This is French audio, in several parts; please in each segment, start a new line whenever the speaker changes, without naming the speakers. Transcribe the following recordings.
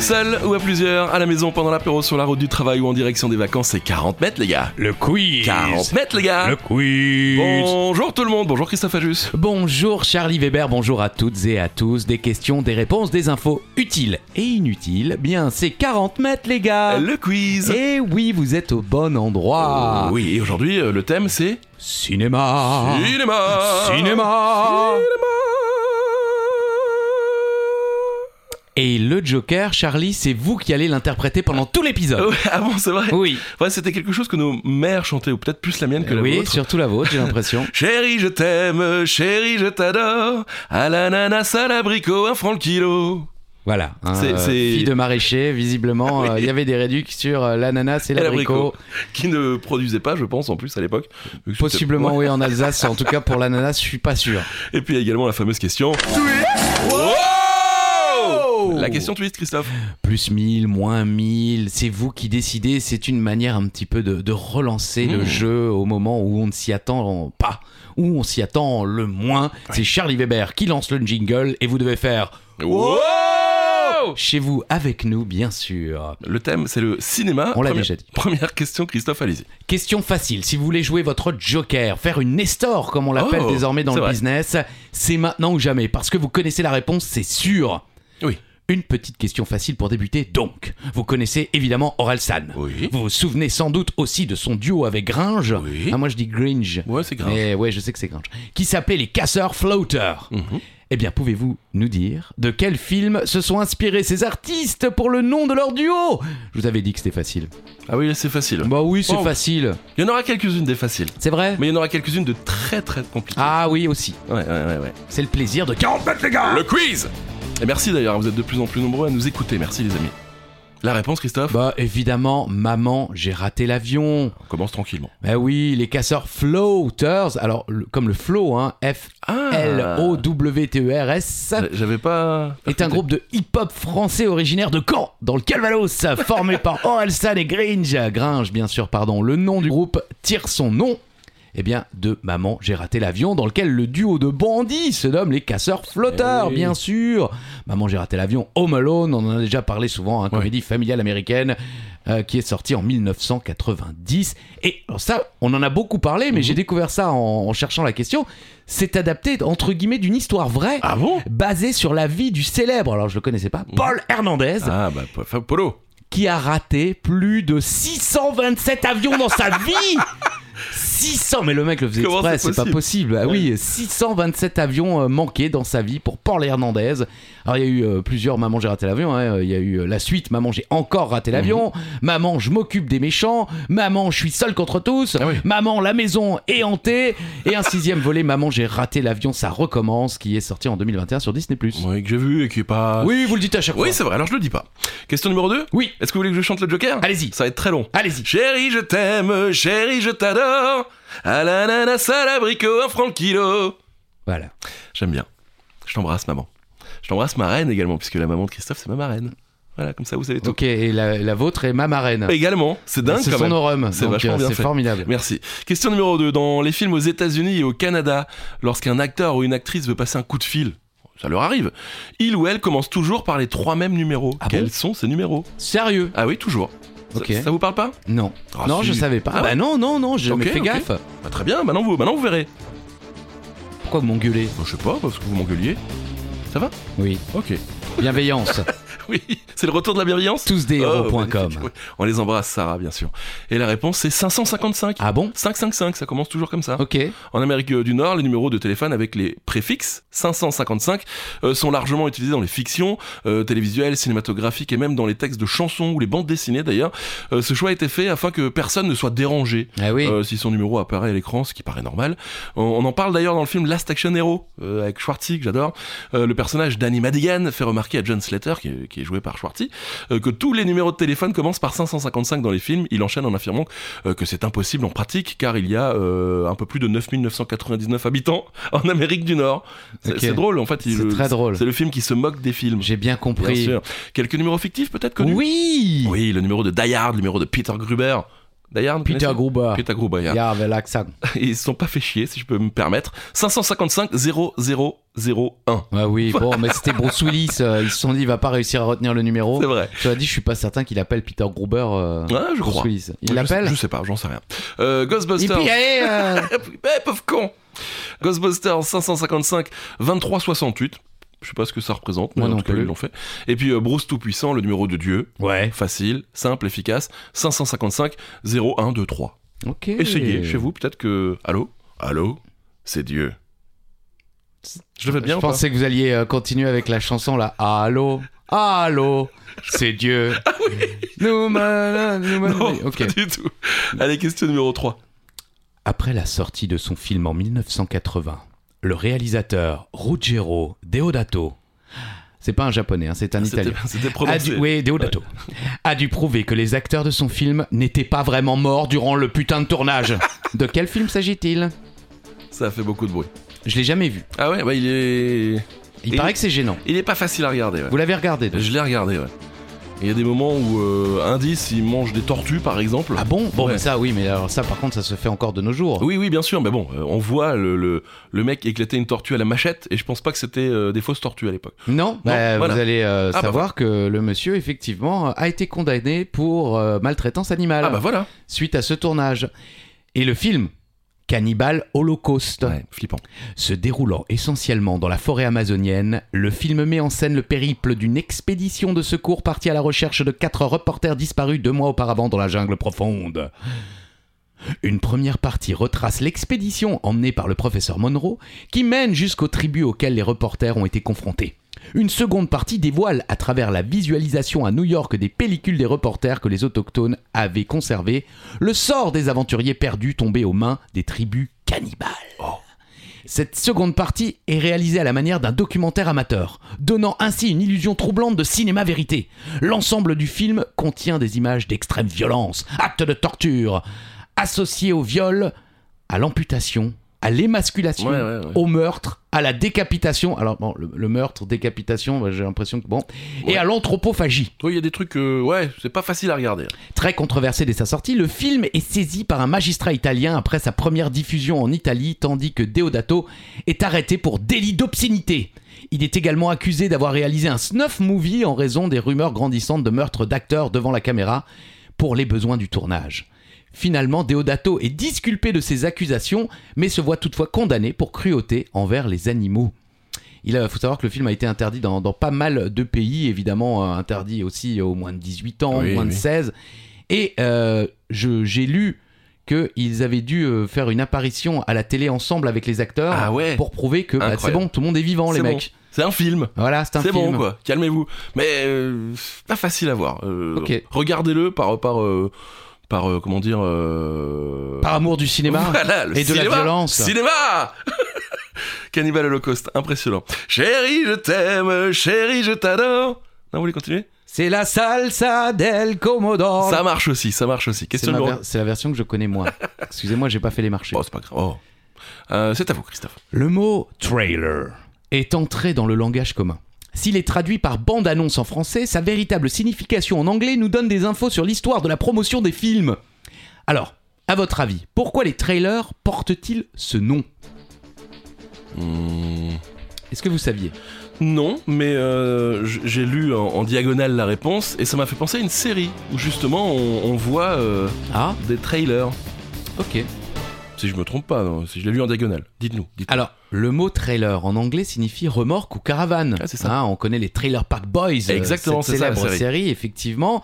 Seul ou à plusieurs, à la maison, pendant l'apéro, sur la route du travail ou en direction des vacances, c'est 40 mètres, les gars.
Le quiz.
40 mètres, les
hein.
gars.
Le quiz.
Bonjour tout le monde, bonjour Christophe Ajus.
Bonjour Charlie Weber, bonjour à toutes et à tous. Des questions, des réponses, des infos utiles et inutiles. Bien, c'est 40 mètres les gars.
Le quiz.
Ah. Et ah. oui, vous êtes au bon endroit.
Oh, oui, et aujourd'hui, euh, le thème c'est.
Cinéma.
Cinéma
Ah. Cinéma. Et le Joker, Charlie, c'est vous qui allez l'interpréter pendant tout l'épisode.
Ouais, ah bon, c'est vrai
Oui.
Ouais, c'était quelque chose que nos mères chantaient, ou peut-être plus la mienne que la
oui,
vôtre.
surtout la vôtre, j'ai l'impression.
Chérie, je t'aime, chérie, je t'adore. À l'ananas, à l'abricot, un franc le kilo.
Voilà. hein,
C'est-
euh,
c'est-
Fille de maraîcher, visiblement,
Ah
euh,
oui.
il y avait des réductions sur euh, l'ananas et
Et l'abricot.
l'abricot.
Qui ne produisait pas, je pense, en plus à l'époque. vu que c'était-
Possiblement, oui, en Alsace. En tout cas, pour l'ananas, je suis pas sûr.
Et puis il y a également la fameuse question. Wow La question twist, Christophe.
plus 1000, moins 1000, c'est vous qui décidez, c'est une manière un petit peu de, de relancer
Mmh.
le jeu au moment où on ne s'y attend pas, où on s'y attend le moins. C'est Charlie Weber qui lance le jingle et vous devez faire
Wow
chez vous avec nous bien sûr.
Le thème, c'est le cinéma.
On l'a
Première-
déjà dit.
Première question, Christophe, allez-y.
Question facile, si vous voulez jouer votre joker, faire une Nestor comme on l'appelle
Oh,
désormais dans
c'est
le
vrai.
business, c'est maintenant ou jamais, parce que vous connaissez la réponse, c'est sûr.
Oui.
Une petite question facile pour débuter donc. Vous connaissez évidemment Orelsan.
Oui.
Vous vous souvenez sans doute aussi de son duo avec Gringe.
Oui.
Ah, moi je dis Gringe.
Ouais, c'est grave.
Mais ouais, je sais que c'est Gringe. Qui s'appelait les casseurs floaters.
Mhm.
Eh bien, pouvez-vous nous dire de quel film se sont inspirés ces artistes pour le nom de leur duo Je vous avais dit que c'était facile.
Ah oui, là, c'est facile.
Bah oui, c'est
Oh.
facile.
Il y en aura quelques-unes des faciles,
C'est vrai
mais il y en aura quelques-unes de très très compliquées.
Ah oui, aussi.
Ouais, ouais, ouais, ouais.
C'est le plaisir de 40 mètres, les gars
Le quiz Et merci d'ailleurs, vous êtes de plus en plus nombreux à nous écouter, merci les amis. La réponse, Christophe
Bah évidemment, maman, j'ai raté l'avion.
On commence tranquillement.
Bah oui, les casseurs floaters. Alors, le- comme le flow, hein,
Ah
E F-L-O-W-T-E-R-S.
J'avais pas.
est un groupe de hip-hop français originaire de Caen, dans le Calvados, formé par Orelsan et Gringe. Gringe, bien sûr, pardon. Le nom du groupe tire son nom. Eh bien, de Maman, j'ai raté l'avion, dans lequel le duo de bandits se nomme les casseurs flotteurs,
Eh oui.
bien sûr. Maman, j'ai raté l'avion, Home Alone, on en a déjà parlé souvent, hein, comédie familiale américaine euh, qui est sortie en 1990. Et alors ça, on en a beaucoup parlé,
Mhm.
mais j'ai découvert ça en, en cherchant la question. C'est adapté, entre guillemets, d'une histoire vraie
Ah bon
basé sur la vie du célèbre, alors je le connaissais pas, Paul Hernandez,
Ah bah, pa- fa- Polo
qui a raté plus de 627 avions dans sa vie 600, mais le mec le faisait
Comment
exprès,
c'est
c'est pas possible. Ah oui, 627 avions euh, manqués dans sa vie pour Paul Hernandez. Alors il y a eu euh, plusieurs Maman j'ai raté l'avion, hein. il y a eu euh, la suite Maman j'ai encore
Mhm.
raté l'avion, Maman je m'occupe des méchants, Maman je suis seul contre tous,
Ah oui.
Maman la maison est hantée, et un sixième volet Maman j'ai raté l'avion, ça recommence, qui est sorti en 2021 sur Disney+.
Oui, que j'ai vu et qui est pas.
Oui, vous le dites à chaque
Ah. Oui,
fois.
c'est vrai, alors je le dis pas. Question numéro 2
Oui,
Est-ce que vous voulez que je chante le Joker
Allez-y.
Ça va être très long.
allez-y.
Chérie, je t'aime, chérie, je t'adore. À l'ananas, à l'abricot, un franc le kilo.
Voilà.
J'aime bien. Je t'embrasse, maman. Je t'embrasse, ma reine également, puisque la maman de Christophe, c'est ma marraine. Voilà, comme ça, vous savez tout.
Ok, et la, la vôtre est ma marraine.
Également, Bah, c'est dingue
C'est
quand
son
même.
orome,
C'est
donc,
vachement
euh,
bien
c'est
fait.
formidable.
Merci. Question numéro 2. Dans les films aux États-Unis et au Canada, lorsqu'un acteur ou une actrice veut passer un coup de fil, ça leur arrive, il ou elle commence toujours par les trois mêmes numéros.
Ah
Quels
bon
sont ces numéros
Sérieux
Ah oui, toujours. Ça-
Ok.
Ça, vous parle pas
Non.
Ah,
non,
si.
je savais pas.
Ah
bah
ouais.
non, non, non, j'ai jamais
Ok,
fait
ok.
gaffe.
Bah, Très bien, maintenant vous, maintenant vous verrez.
Pourquoi m'engueuler
Bah, je sais pas, parce que vous m'engueuliez. Ça va
Oui.
Ok.
Bienveillance.
Oui, c'est le retour de la bienveillance Oh,
Tousdeshéros.com.
magnifique, oui. On les embrasse, Sarah, bien sûr. Et la réponse, c'est 555.
ah bon
555, ça commence toujours comme ça.
Ok.
En Amérique euh, du Nord, les numéros de téléphone avec les préfixes 555 euh, sont largement utilisés dans les fictions euh, télévisuelles, cinématographiques et même dans les textes de chansons ou les bandes dessinées d'ailleurs. Euh, ce choix a été fait afin que personne ne soit dérangé.
Ah oui.
Euh, si son numéro apparaît à l'écran, ce qui paraît normal. On, on en parle d'ailleurs dans le film Last Action Hero, euh, avec Schwartzy, que j'adore. Euh, le personnage d'Annie Madigan fait remarquer à John Slater, qui est, qui est joué par Schwartzy, euh, que tous les numéros de téléphone commencent par 555 dans les films. Il enchaîne en affirmant euh, que c'est impossible en pratique, car il y a euh, un peu plus de 9999 habitants en Amérique du Nord. C'est
Ok.
c'est drôle, en fait. il-
C'est très drôle.
C'est le film qui se moque des films.
J'ai bien
Bien
compris.
sûr. Quelques numéros fictifs peut-être connus
Oui.
oui, le numéro de Die Hard, le numéro de Peter Gruber. Die Hard, vous
Peter
connaissez
Gruber.
Peter Gruber, yeah.
Ja, vel accent.
Et ils se sont pas fait chier, si je peux me permettre. 555 0001.
Ouais, Ah oui, bon, mais c'était Bruce Willis. euh, ils se sont dit, il va pas réussir à retenir le numéro.
C'est vrai.
Tu as dit, je suis pas certain qu'il appelle Peter Gruber. euh,
Ouais, je
Bruce
crois.
Willis.
Je
Il l'appelle
sais- Je sais pas, j'en sais rien. Euh, Ghostbusters.
Hippie, allez, euh,
Eh, pauvre con Ghostbusters 555 2368. Je sais pas ce que ça représente, mais
Moi
en
non
tout cas,
plus.
ils l'ont fait. Et puis euh, Bruce Tout-Puissant, le numéro de Dieu.
Ouais.
Facile, simple, efficace. 555 0123.
Ok.
Essayez chez vous, peut-être que. Allô Allô C'est Dieu. Je le fais bien
Je
ou pas
pensais que vous alliez euh, continuer avec la chanson là. Allô Allô C'est Dieu. Ah oui Nous, ma- nous ma-
Non,
Ok.
pas du tout. Allez, question numéro 3.
Après la sortie de son film en 1980, le réalisateur Ruggero Deodato, c'est pas un japonais, hein, c'est un
Ah, C'était
italien,
c'était
a
prononcé.
dû, oui, Deodato, a dû prouver que les acteurs de son film n'étaient pas vraiment morts durant le putain de tournage. de quel film s'agit-il
Ça a fait beaucoup de bruit.
Je l'ai jamais vu.
Ah ouais, bah il est.
Il
Et-
paraît que c'est gênant.
Il est pas facile à regarder, ouais.
Vous l'avez regardé donc
Je l'ai regardé, ouais. Et Il y a des moments où, euh, indice, il mange des tortues, par exemple.
Ah bon Bon,
Ouais.
mais ça, oui, mais alors ça, par contre, ça se fait encore de nos jours.
Oui, oui, bien sûr, mais bon, euh, on voit le, le, le mec éclater une tortue à la machette, et je pense pas que c'était euh, des fausses tortues à l'époque.
Non, bah,
voilà.
vous allez euh,
Ah, bah,
savoir que le monsieur, effectivement, a été condamné pour euh, maltraitance animale
Ah bah voilà
suite à ce tournage. Et le film Cannibal Holocaust.
Ouais, Flippant.
Se déroulant essentiellement dans la forêt amazonienne, le film met en scène le périple d'une expédition de secours partie à la recherche de quatre reporters disparus deux mois auparavant dans la jungle profonde. Une première partie retrace l'expédition emmenée par le professeur Monroe, qui mène jusqu'aux tribus auxquelles les reporters ont été confrontés. Une seconde partie dévoile, à travers la visualisation à New York des pellicules des reporters que les autochtones avaient conservées, le sort des aventuriers perdus tombés aux mains des tribus cannibales. Cette seconde partie est réalisée à la manière d'un documentaire amateur, donnant ainsi une illusion troublante de cinéma vérité. L'ensemble du film contient des images d'extrême violence, actes de torture, associés au viol, à l'amputation, à l'émasculation,
Ouais, ouais, ouais.
au meurtre, à la décapitation. Alors bon, le, le meurtre, décapitation, bah, j'ai l'impression que bon,
Ouais.
et à l'anthropophagie.
Oui, il y a des trucs, euh, ouais, c'est pas facile à regarder.
Très controversé dès sa sortie, le film est saisi par un magistrat italien après sa première diffusion en Italie, tandis que Deodato est arrêté pour délit d'obscénité. Il est également accusé d'avoir réalisé un snuff movie en raison des rumeurs grandissantes de meurtres d'acteurs devant la caméra pour les besoins du tournage. Finalement, Deodato est disculpé de ses accusations, mais se voit toutefois condamné pour cruauté envers les animaux. Il euh, faut savoir que le film a été interdit dans, dans pas mal de pays, évidemment euh, interdit aussi aux moins de 18 ans,
Oui,
moins de
oui.
16. Et euh, je- j'ai lu qu'ils avaient dû euh, faire une apparition à la télé ensemble avec les acteurs
Ah ouais
pour prouver que bah, c'est
Incroyable.
bon, tout le monde est vivant, les
C'est bon.
mecs.
C'est un film
Voilà, c'est un
C'est
film.
bon, quoi, calmez-vous. Mais euh, c'est pas facile à voir. Euh,
Ok.
Regardez-le par, par, euh, par euh, comment dire... euh,
Par amour du cinéma.
Voilà, le
et de la
cinéma.
violence.
Cinéma Cannibal Holocaust, impressionnant. Chérie, je t'aime, chérie, je t'adore. Non, vous voulez continuer
C'est la salsa del Comodoro.
Ça marche aussi, ça marche aussi.
Oh. C'est
Question
ma
numéro...
ver- c'est la version que je connais moi. Excusez-moi, j'ai pas fait les marchés.
Oh, c'est pas grave. Oh. Euh, c'est à vous, Christophe.
Le mot trailer est entré dans le langage commun. S'il est traduit par bande-annonce en français, sa véritable signification en anglais nous donne des infos sur l'histoire de la promotion des films. Alors, à votre avis, pourquoi les trailers portent-ils ce nom
Hmm,
Est-ce que vous saviez
Non, mais euh, j- j'ai lu en, en diagonale la réponse et ça m'a fait penser à une série où justement on, on voit euh,
Ah,
des trailers.
ok.
Si je me trompe pas, non, si je l'ai lu en diagonale. Dites-nous. dites-nous.
Alors, le mot trailer en anglais signifie remorque ou caravane.
Ah, c'est ça.
Hein, on connaît les Trailer Park Boys, euh,
Exactement,
cette
c'est ça, la
célèbre série.
série.
effectivement.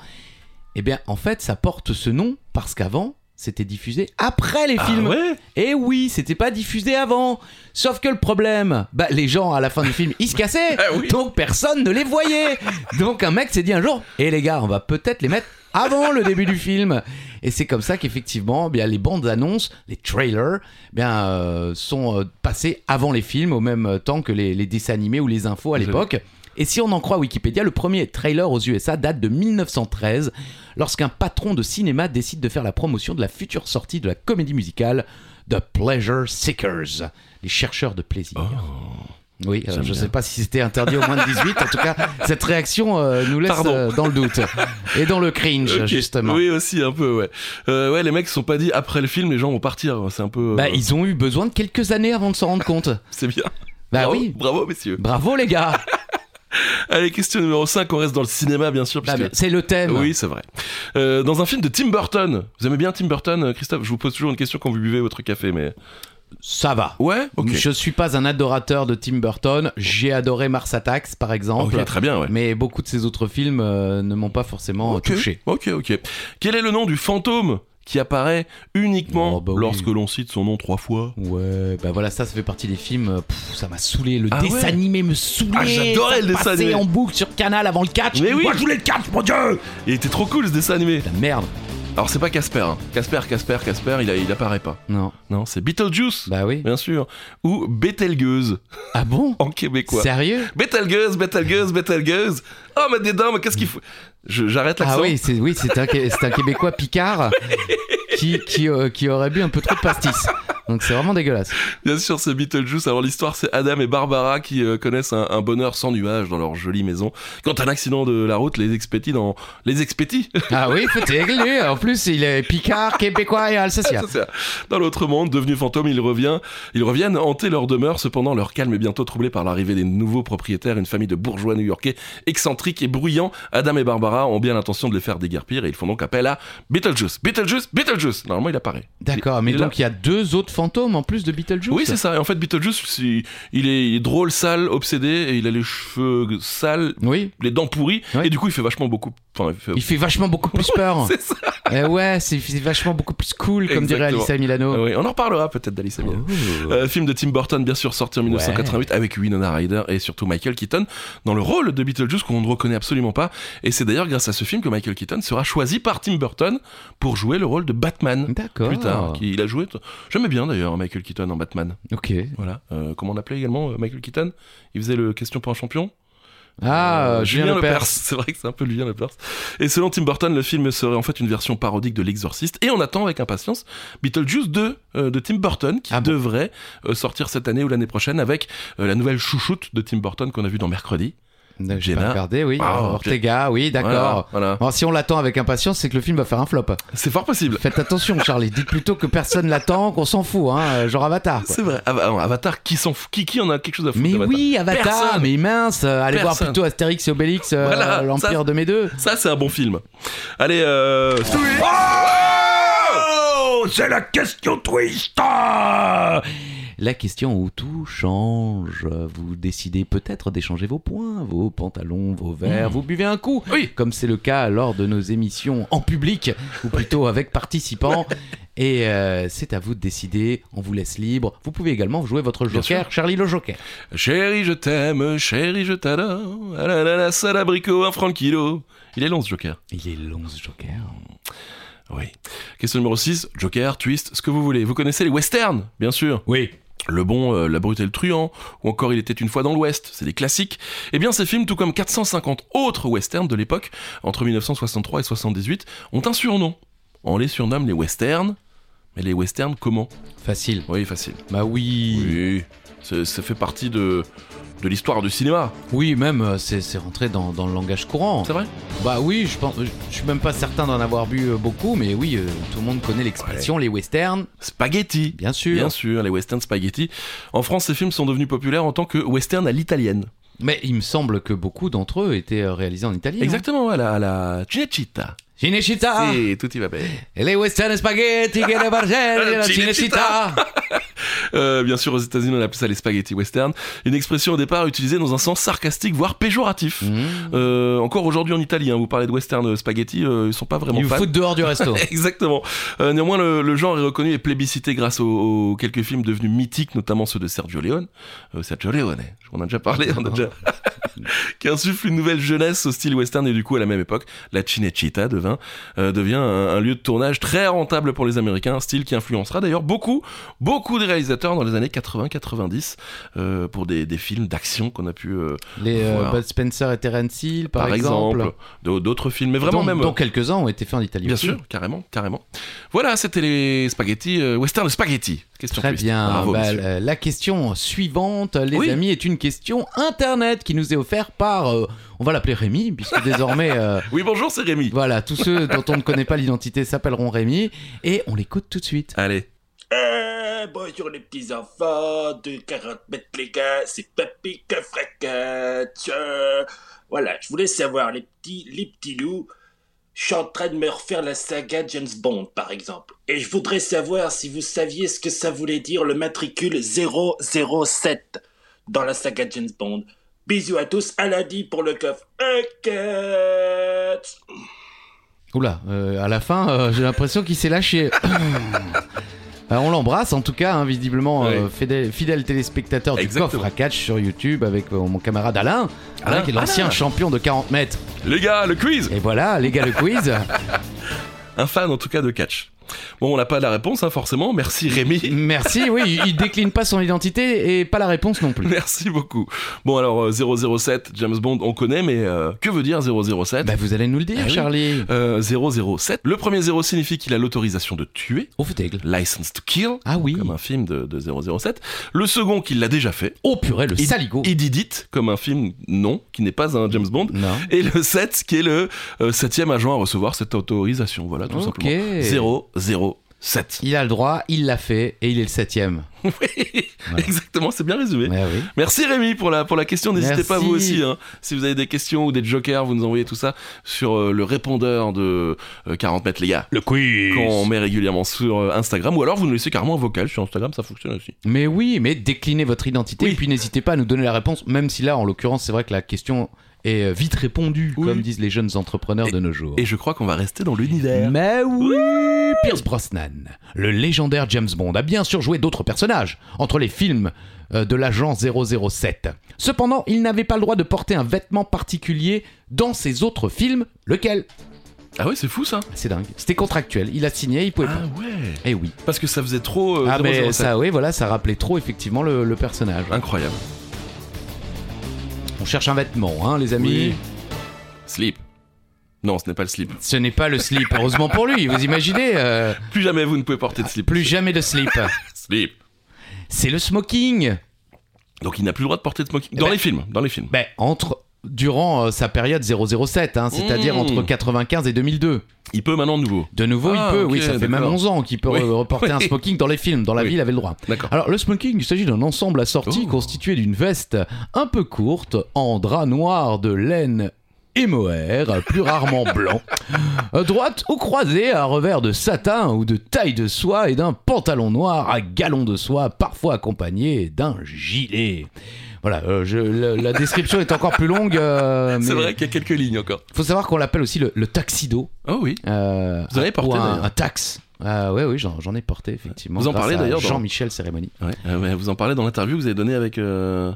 Eh bien, en fait, ça porte ce nom parce qu'avant, c'était diffusé après les
Ah
films.
ouais
Eh oui, c'était pas diffusé avant. Sauf que le problème, bah, les gens à la fin du film, ils se cassaient.
Ah oui.
Donc personne ne les voyait. Donc un mec s'est dit un jour, et les gars, on va peut-être les mettre avant le début du film. Et c'est comme ça qu'effectivement, eh bien les bandes annonces, les trailers, bien euh, sont euh, passés avant les films au même euh, temps que les, les dessins animés ou les infos à
Vous
l'époque. Et si on en croit Wikipédia, le premier trailer aux USA date de 1913, lorsqu'un patron de cinéma décide de faire la promotion de la future sortie de la
Ah. Oh,
comédie musicale The Pleasure Seekers, les chercheurs de plaisir. Oui, euh,
J'aime
je ne
bien.
sais pas si c'était interdit au moins de 18. en tout cas, cette réaction euh, nous laisse
Pardon.
euh, dans le doute. Et dans le cringe,
Ok.
justement.
Oui, aussi, un peu, ouais. Euh, ouais, les mecs se sont pas dit après le film, les gens vont partir. C'est un peu. euh,
Bah, ils ont eu besoin de quelques années avant de s'en rendre compte.
C'est bien.
Bah
bravo,
oui.
Bravo, messieurs.
Bravo, les gars.
Allez, question numéro 5. On reste dans le cinéma, bien sûr.
Bah,
puisque-
C'est le thème.
Oui, c'est vrai. Euh, dans un film de Tim Burton. Vous aimez bien Tim Burton, euh, Christophe Je vous pose toujours une question quand vous buvez votre café, mais.
Ça va.
Ouais, ok.
Je suis pas un adorateur de Tim Burton. J'ai adoré Mars Attacks, par exemple.
Ok, très bien, ouais.
Mais beaucoup de ses autres films euh, ne m'ont pas forcément euh,
Ok.
touché.
Ok, ok. Quel est le nom du fantôme qui apparaît uniquement
Oh, bah oui.
lorsque l'on cite son nom trois fois
Ouais, bah voilà, ça, ça fait partie des films. euh, pff, ça m'a saoulé. Le
Ah
dessin
ouais.
animé me saoulait.
Ah, j'adorais
ça
le dessin
passait
animé.
en boucle sur Canal avant le catch.
Mais oui.
Moi, je voulais le catch, mon dieu.
Il était trop cool ce dessin animé.
La merde.
Alors c'est pas Casper. hein. Casper, Casper, Casper, il, a- il apparaît pas.
Non.
Non, Euh, c'est Beetlejuice,
Bah oui.
bien sûr. Ou Betelgeuse
Ah bon
en québécois.
Sérieux
Betelgeuse, Betelgeuse, Betelgeuse. Oh, mais des dames, qu'est-ce qu'il faut Je- J'arrête l'accent.
Ah oui, c'est oui, c'est un, Qué- c'est un Québécois picard qui, qui, euh, qui aurait bu un peu trop de pastis. Donc c'est vraiment dégueulasse.
Bien sûr, c'est Beetlejuice. Alors l'histoire, c'est Adam et Barbara qui euh, connaissent un, un bonheur sans nuages dans leur jolie maison. Quand un accident de la route les expédie dans les expédie
Ah oui, faut t'égler. En plus, il est picard, québécois et alsacien.
Ça, c'est- Dans l'autre monde, devenu fantôme, il revient. Ils reviennent hanter leur demeure. Cependant, leur calme est bientôt troublé par l'arrivée des nouveaux propriétaires, une famille de bourgeois new-yorkais excentriques et bruyants. Adam et Barbara ont bien l'intention de les faire déguerpir et ils font donc appel à Beetlejuice. Beetlejuice, Beetlejuice. Normalement, il apparaît.
D'accord, mais
Il est
donc il y a deux autres fantômes en plus de Beetlejuice.
Oui, c'est ça. Et en fait, Beetlejuice, il il est, il est drôle, sale, obsédé et il a les cheveux sales,
Oui,
les dents pourries.
Ouais.
Et du coup, il fait vachement beaucoup. Enfin, il fait-
il fait vachement beaucoup plus peur.
C'est ça.
Eh ouais, c'est c'est vachement beaucoup plus cool, comme dirait
Exactement. Ah
Alissa Milano. Oh.
Oui, on en reparlera peut-être d'Alice Amiel.
Ouh.
Euh, film de Tim Burton, bien sûr, sorti en 1988 avec Winona Ryder et surtout Michael Keaton dans le rôle de Beetlejuice qu'on ne reconnaît absolument pas. Et c'est d'ailleurs grâce à ce film que Michael Keaton sera choisi par Tim Burton pour jouer le rôle de Batman.
D'accord.
Euh, Plus tard, qui- il a joué. J'aimais bien d'ailleurs Michael Keaton en Batman.
Ok.
Voilà. Euh, comment on l'appelait également euh, Michael Keaton Il faisait le question pour un champion.
Ah,
Euh,
Julien Lepers.
C'est vrai que c'est un peu Julien Lepers. Et selon Tim Burton, le film serait en fait une version parodique de L'Exorciste. Et on attend avec impatience Beetlejuice 2 euh, de Tim Burton qui
Ah bon
devrait euh, sortir cette année ou l'année prochaine avec euh, la nouvelle chouchoute de Tim Burton qu'on a vue dans Mercredi.
Non, J'ai
Jenna.
pas regardé, oui. Euh,
Ah,
Ortega, oui, d'accord.
Voilà, voilà.
Alors, si on l'attend avec impatience, c'est que le film va faire un flop.
C'est fort possible.
Faites attention, Charlie. Dites plutôt que personne l'attend, qu'on s'en fout, hein, genre Avatar. quoi.
C'est vrai. Ava- alors, Avatar, qui s'en fout Qui, qui en a quelque chose à foutre
Mais
d'Avatar
oui, Avatar,
Personne.
mais mince, euh, allez voir
Personne.
plutôt Astérix et Obélix, euh,
Voilà,
l'Empire
ça-
de mes deux.
Ça, c'est un bon film. Allez, euh...
Oh, c'est la question twist Ah
La question où tout change, vous décidez peut-être d'échanger vos points, vos pantalons, vos verres, vous buvez un coup,
Oui.
comme c'est le cas lors de nos émissions en public, ou plutôt avec participants. Et euh, c'est à vous de décider, on vous laisse libre. Vous pouvez également jouer votre
Bien
joker, Charlie le joker.
Chérie, je t'aime, chérie, je t'adore. Ah là là là, sale abricot, un franc le kilo. Il est long, ce Joker.
Il est long ce joker.
Oui. Question numéro 6, Joker, Twist, ce que vous voulez. Vous connaissez les westerns, bien sûr.
Oui.
Le bon, euh, La brute et le truand, ou encore Il était une fois dans l'Ouest, c'est des classiques. Eh bien, ces films, tout comme 450 autres westerns de l'époque, entre 1963 et 78, ont un surnom. On les surnomme les westerns. Mais les westerns, comment
Facile.
Oui, facile.
Bah oui. Oui,
Oui, ça ça fait partie de, de l'histoire du cinéma,
même euh, c'est c'est rentré dans, dans le langage courant.
c'est vrai
Bah oui, je pense, je suis même pas certain d'en avoir bu euh, beaucoup, mais oui, euh, tout le monde connaît l'expression les westerns,
Spaghetti
bien sûr.
Bien sûr, les westerns spaghetti. En France, ces films sont devenus populaires en tant que western à l'italienne.
Mais il me semble que beaucoup d'entre eux étaient euh, réalisés en Italie.
Exactement, à la, à la Cinecittà.
hein. Cinecittà,
Si, tout y va bien.
les westerns spaghetti che le bargelli, la
Cinecittà.
Cinecittà.
Euh, bien sûr, aux États-Unis, on appelle ça les spaghetti western. Une expression au départ utilisée dans un sens sarcastique, voire péjoratif.
Mmh.
Euh, encore aujourd'hui en Italie, hein, vous parlez de western euh, spaghetti, euh, ils sont pas vraiment
Ils vous
fans.
foutent dehors du resto.
Exactement. Euh, néanmoins, le, le genre est reconnu et plébiscité grâce aux, aux quelques films devenus mythiques, notamment ceux de Sergio Leone. Euh, Sergio Leone, on en a déjà parlé, on a déjà qui insuffle une nouvelle jeunesse au style western et du coup à la même époque, la Cinecittà devint, euh, devient un, un lieu de tournage très rentable pour les Américains, un style qui influencera d'ailleurs beaucoup, beaucoup de réalisateurs dans les années 80-90 euh, pour des, des films d'action qu'on a pu euh,
Les euh,
Voilà.
Bud Spencer et Terence Hill, par,
de- d'autres films, mais vraiment
dont,
même euh,
dont quelques-uns ont été faits en Italie.
Bien
aussi.
sûr, carrément, carrément. Voilà, c'était les spaghettis, euh, western spaghetti. Question
Très
twist.
bien.
Bravo,
Bah,
messieurs.
la, la question suivante, les
Oui.
amis, est une question internet qui nous est offerte par, euh, on va l'appeler Rémi, puisque désormais, euh,
Oui, bonjour, c'est Rémi.
voilà, tous ceux dont on ne connaît pas l'identité s'appelleront Rémi, et on l'écoute tout de suite.
Allez.
Eh, bonjour les petits enfants de 40 mètres les gars, c'est Papy que fracasse. Euh, Voilà, je voulais savoir les petits, les petits loups. Je suis en train de me refaire la saga James Bond par exemple. Et je voudrais savoir si vous saviez ce que ça voulait dire le matricule 007 dans la saga James Bond. Bisous à tous, à lundi pour le coffre. Ok.
Oula, euh, à la fin, euh, j'ai l'impression qu'il s'est lâché. Euh, on l'embrasse en tout cas, hein, visiblement euh,
Oui.
fidèle, fidèle téléspectateur du
Exactement.
coffre à catch sur YouTube avec euh, mon camarade Alain, Alain,
Alain,
qui est l'ancien
Alain.
champion de 40 mètres.
Les gars, le quiz
Et voilà, les gars, le quiz.
Un fan en tout cas de catch. Bon, on n'a pas la réponse, hein, forcément. Merci Rémi.
Merci, oui, il décline pas son identité et pas la réponse non plus.
Merci beaucoup. Bon, alors euh, 007, James Bond, on connaît, mais euh, que veut dire 007
Bah, vous allez nous le dire,
Ah oui.
Charlie.
Euh, 007. Le premier 0 signifie qu'il a l'autorisation de tuer,
Au feutegle.
License to Kill,
Ah oui.
comme un film de, de 007. Le second, qu'il l'a déjà fait,
Oh purée, le
Il-
saligo.
et Did It, comme un film non, qui n'est pas un James Bond.
Non.
Et le 7, qui est le euh, septième agent à recevoir cette autorisation. Voilà, tout
Ok.
simplement. 007.
Il a le droit, il l'a fait et il est le septième.
Exactement, c'est bien résumé.
Ouais, oui.
Merci Rémi pour la, pour la question. N'hésitez
Merci.
pas vous aussi. hein. Si vous avez des questions ou des jokers, vous nous envoyez tout ça sur euh, le répondeur de euh, 40 mètres, les gars.
Le quiz.
Qu'on met régulièrement sur euh, Instagram. Ou alors vous nous laissez carrément un vocal sur Instagram, ça fonctionne aussi.
Mais oui, mais déclinez votre identité
Oui.
et puis n'hésitez pas à nous donner la réponse, même si là, en l'occurrence, c'est vrai que la question est euh, vite répondue,
Oui.
comme disent les jeunes entrepreneurs de nos jours.
Et je crois qu'on va rester dans l'univers.
Mais oui Pierce Brosnan, le légendaire James Bond, a bien sûr joué d'autres personnages entre les films euh, de l'agent 007. Cependant, il n'avait pas le droit de porter un vêtement particulier dans ses autres films, lequel
Ah ouais, c'est fou ça.
C'est dingue. C'était contractuel, il a signé, il pouvait
Ah
pas.
ouais.
Eh oui.
Parce que ça faisait trop. euh,
Ah mais
007.
ça, oui, voilà, ça rappelait trop effectivement le- le personnage.
Incroyable.
On cherche un vêtement, hein, les amis.
Oui. Slip. Non, ce n'est pas le slip.
Ce n'est pas le slip, heureusement pour lui. Vous imaginez euh,
Plus jamais vous ne pouvez porter de slip.
Plus jamais de slip.
Slip.
C'est le smoking.
Donc il n'a plus le droit de porter de smoking. Dans
ben-
les films, dans les films.
Ben, entre durant euh, sa période 007, hein, c'est-à-dire
Mmh.
entre 95 et 2002.
Il peut maintenant de nouveau.
De nouveau,
Ah,
il peut.
ok,
oui, ça fait même
d'accord.
11 ans qu'il peut
Oui,
re- reporter un
oui.
smoking dans les films. Dans la
Oui.
vie, il avait le droit.
D'accord.
Alors, le smoking, il s'agit d'un ensemble assorti
Oh.
constitué d'une veste un peu courte, en drap noir de laine et mohair, plus rarement blanc, euh, droite ou croisée, à revers de satin ou de taille de soie et d'un pantalon noir à galon de soie, parfois accompagné d'un gilet. Voilà, euh, je- la, la description est encore plus longue, euh,
C'est
mais
vrai qu'il y a quelques lignes encore.
faut savoir qu'on l'appelle aussi le, le taxido.
Oh oui.
euh,
Vous en avez porté,
ou un,
d'ailleurs.
un tax. Euh, ouais, oui, j'en j'en ai porté effectivement.
Vous en
grâce
parlez,
à
d'ailleurs, dans-
Jean-Michel Cérémonie.
Ouais. Euh, ouais, vous en parlez dans l'interview que vous avez donnée avec. Euh,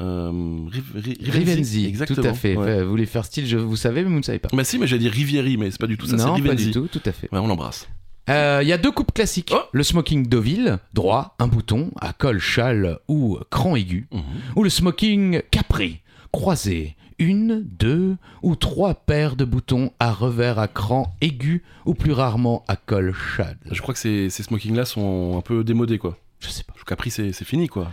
euh, Riv- Riv-
Rivenzi,
Exactement.
tout à fait.
Ouais.
Euh, Vous voulez faire style, je, vous savez, mais vous ne savez pas.
Bah si, mais j'ai dit Rivieri, mais c'est pas du tout ça, c'est
non, pas
Rivenzi.
du tout, tout à fait.
Ouais, on l'embrasse.
Euh, Il y a deux coupes classiques.
Oh.
Le smoking Deauville, droit, un bouton, à col, châle ou cran aigu.
Mhm.
Ou le smoking Capri, croisé, une, deux ou trois paires de boutons à revers à cran aigu ou plus rarement à col, châle.
Je crois que ces, ces smokings-là sont un peu démodés, quoi.
Je sais pas.
Capri, c'est c'est fini, quoi.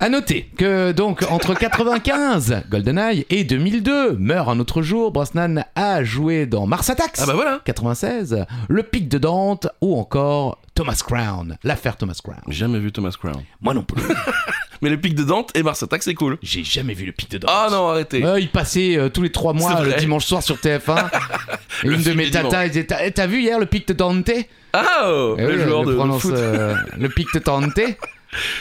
À noter que donc entre 95, GoldenEye, et 2002, meurt un autre jour, Brosnan a joué dans Mars Attacks.
Ah bah voilà
96, Le Pic de Dante ou encore Thomas Crown, l'affaire Thomas Crown.
Jamais vu Thomas Crown.
Moi non plus,
Mais le pic de Dante et Mars Attack, c'est cool.
j'ai jamais vu Le Pic de Dante.
Ah non, arrêtez
Euh, il passait euh, tous les trois mois
C'est
le
vrai.
dimanche soir sur TF1. Et
Le
une de
film
mes
du
tatas
dimanche.
elle disait T'as- T'as vu hier le pic de Dante Et
Ah oh,
oui,
Le
elle
joueur de- de
prononce,
foot
euh, le pic de Dante.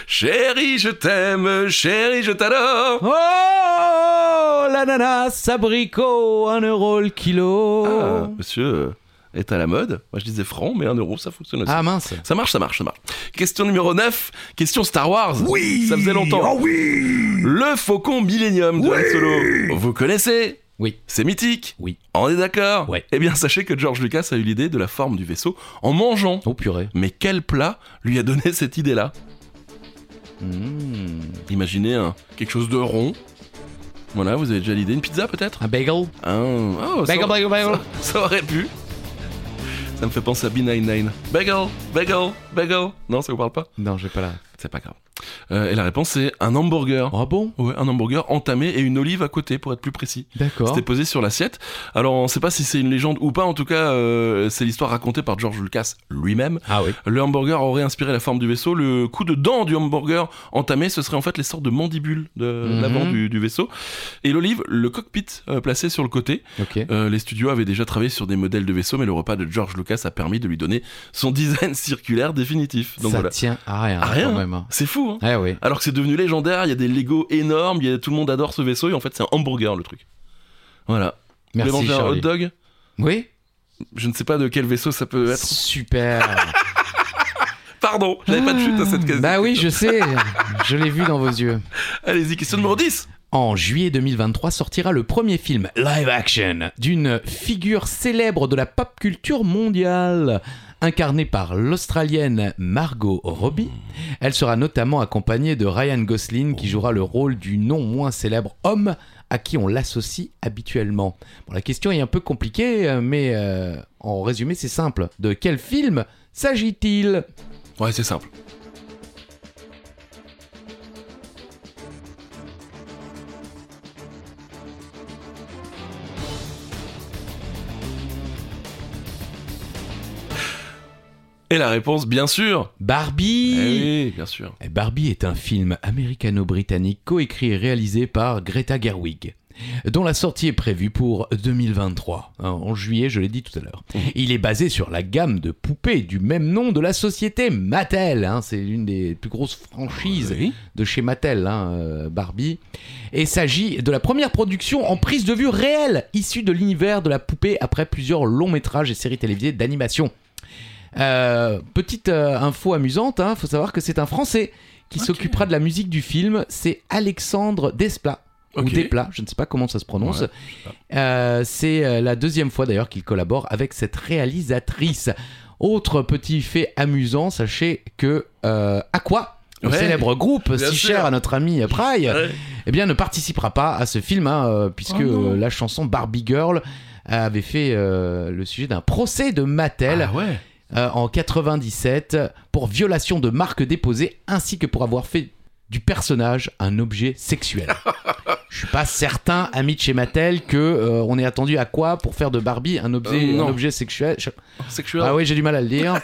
Chérie, je t'aime, chérie, je t'adore.
Oh L'ananas, abricot, 1 euro le kilo.
Ah, monsieur, euh, est à la mode. Moi, je disais franc, mais 1 euro, ça fonctionne aussi.
Ah mince.
Ça marche, ça marche, ça marche. Question numéro 9, question Star Wars. Oui Ça faisait
Ah
longtemps.
Oh oui
Le Faucon Millennium de Han Solo. Vous connaissez
Oui.
C'est mythique.
Oui.
On est d'accord
Ouais.
Eh bien, sachez que George Lucas a eu l'idée de la forme du vaisseau en mangeant.
Oh purée.
Mais quel plat lui a donné cette idée-là
Mmh.
Imaginez un- quelque chose de rond. Voilà, vous avez déjà l'idée. Une pizza peut-être
Un bagel
Un- oh, ça,
Bagel, bagel, bagel.
ça- ça aurait pu. Ça me fait penser à B99. Bagel, bagel, bagel. Non, ça vous parle pas
Non, j'ai pas la.
C'est pas grave. Euh, et la réponse c'est un hamburger.
Ah bon
Ouais, un hamburger entamé et une olive à côté pour être plus précis.
D'accord.
C'était posé sur l'assiette. Alors on sait pas si c'est une légende ou pas, en tout cas euh, c'est l'histoire racontée par George Lucas lui-même.
Ah oui.
Le hamburger aurait inspiré la forme du vaisseau. Le coup de dent du hamburger entamé, ce serait en fait les sortes de mandibules de
Mhm.
l'avant du, du vaisseau. Et l'olive, le cockpit euh, placé sur le côté.
Ok.
Euh, les studios avaient déjà travaillé sur des modèles de vaisseaux, mais le repas de George Lucas a permis de lui donner son design circulaire définitif. Donc
ça
voilà.
tient à rien,
À rien,
quand
hein.
même. hein.
C'est fou, hein
Ah oui.
alors que c'est devenu légendaire, il y a des Lego énormes, il y a- tout le monde adore ce vaisseau, et en fait c'est un hamburger le truc. Voilà. Vous
Merci
voulez manger un hot
Charlie.
dog
Oui.
Je ne sais pas de quel vaisseau ça peut être.
Super.
Pardon, j'avais pas de chute à cette question.
Bah oui, je sais. Je l'ai vu dans vos yeux.
Allez-y, question numéro 10
En juillet 2023 sortira le premier film live action d'une figure célèbre de la pop culture mondiale. Incarnée par l'Australienne Margot Robbie, elle sera notamment accompagnée de Ryan Gosling qui jouera le rôle du non moins célèbre homme à qui on l'associe habituellement. Bon, la question est un peu compliquée, euh, mais euh, en résumé c'est simple. De quel film s'agit-il
Ouais, c'est simple. Et la réponse, bien sûr Eh
Barbie
oui, bien sûr.
Barbie est un film américano-britannique coécrit et réalisé par Greta Gerwig, dont la sortie est prévue pour 2023, hein, en juillet, je l'ai dit tout à l'heure. Il est basé sur la gamme de poupées du même nom de la société Mattel, hein, c'est l'une des plus grosses franchises
Oui.
de chez Mattel, hein, euh, Barbie, et s'agit de la première production en prise de vue réelle, issue de l'univers de la poupée après plusieurs longs métrages et séries télévisées d'animation. Euh, petite euh, info amusante, il faut savoir que c'est un Français qui s'occupera de la musique du film, c'est Alexandre Desplat.
Ok.
Ou Desplat, je ne sais pas comment ça se prononce.
Ouais,
Euh, c'est euh, la deuxième fois d'ailleurs qu'il collabore avec cette réalisatrice. Autre petit fait amusant, sachez que euh, Aqua, le
Ouais.
célèbre groupe
Bien
si
sûr.
cher à notre ami Praille,
Ouais.
eh bien, ne participera pas à ce film, hein, euh, puisque
Oh non.
euh, la chanson Barbie Girl avait fait euh, le sujet d'un procès de Mattel
Ah ouais
euh, en 97 pour violation de marque déposée ainsi que pour avoir fait du personnage un objet sexuel. Je suis pas certain, ami de chez Mattel, que euh, on est attendu à quoi pour faire de Barbie un objet,
Euh, non.
un objet sexuel. Je-
Sexuel.
ah oui, j'ai du mal à le dire.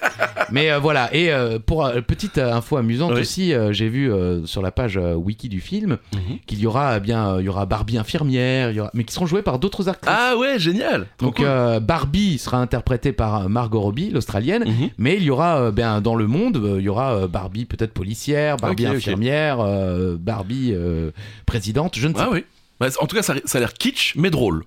Mais euh, voilà, et euh, pour euh, petite euh, info amusante
Oui.
aussi, euh, j'ai vu euh, sur la page euh, wiki du film
Mhm.
qu'il y aura eh bien euh, il y aura Barbie infirmière, il y aura- mais qui seront jouées par d'autres actrices.
Ah ouais, génial Trop
Donc
cool.
euh, Barbie sera interprétée par euh, Margot Robbie, l'Australienne.
Mhm.
Mais il y aura, euh, ben, dans le monde, euh, il y aura euh, Barbie peut-être policière, Barbie
Ok, ok.
infirmière, euh, Barbie euh, présidente, je ne sais
Ah oui. Bah, en tout cas, ça, ça a l'air kitsch, mais drôle.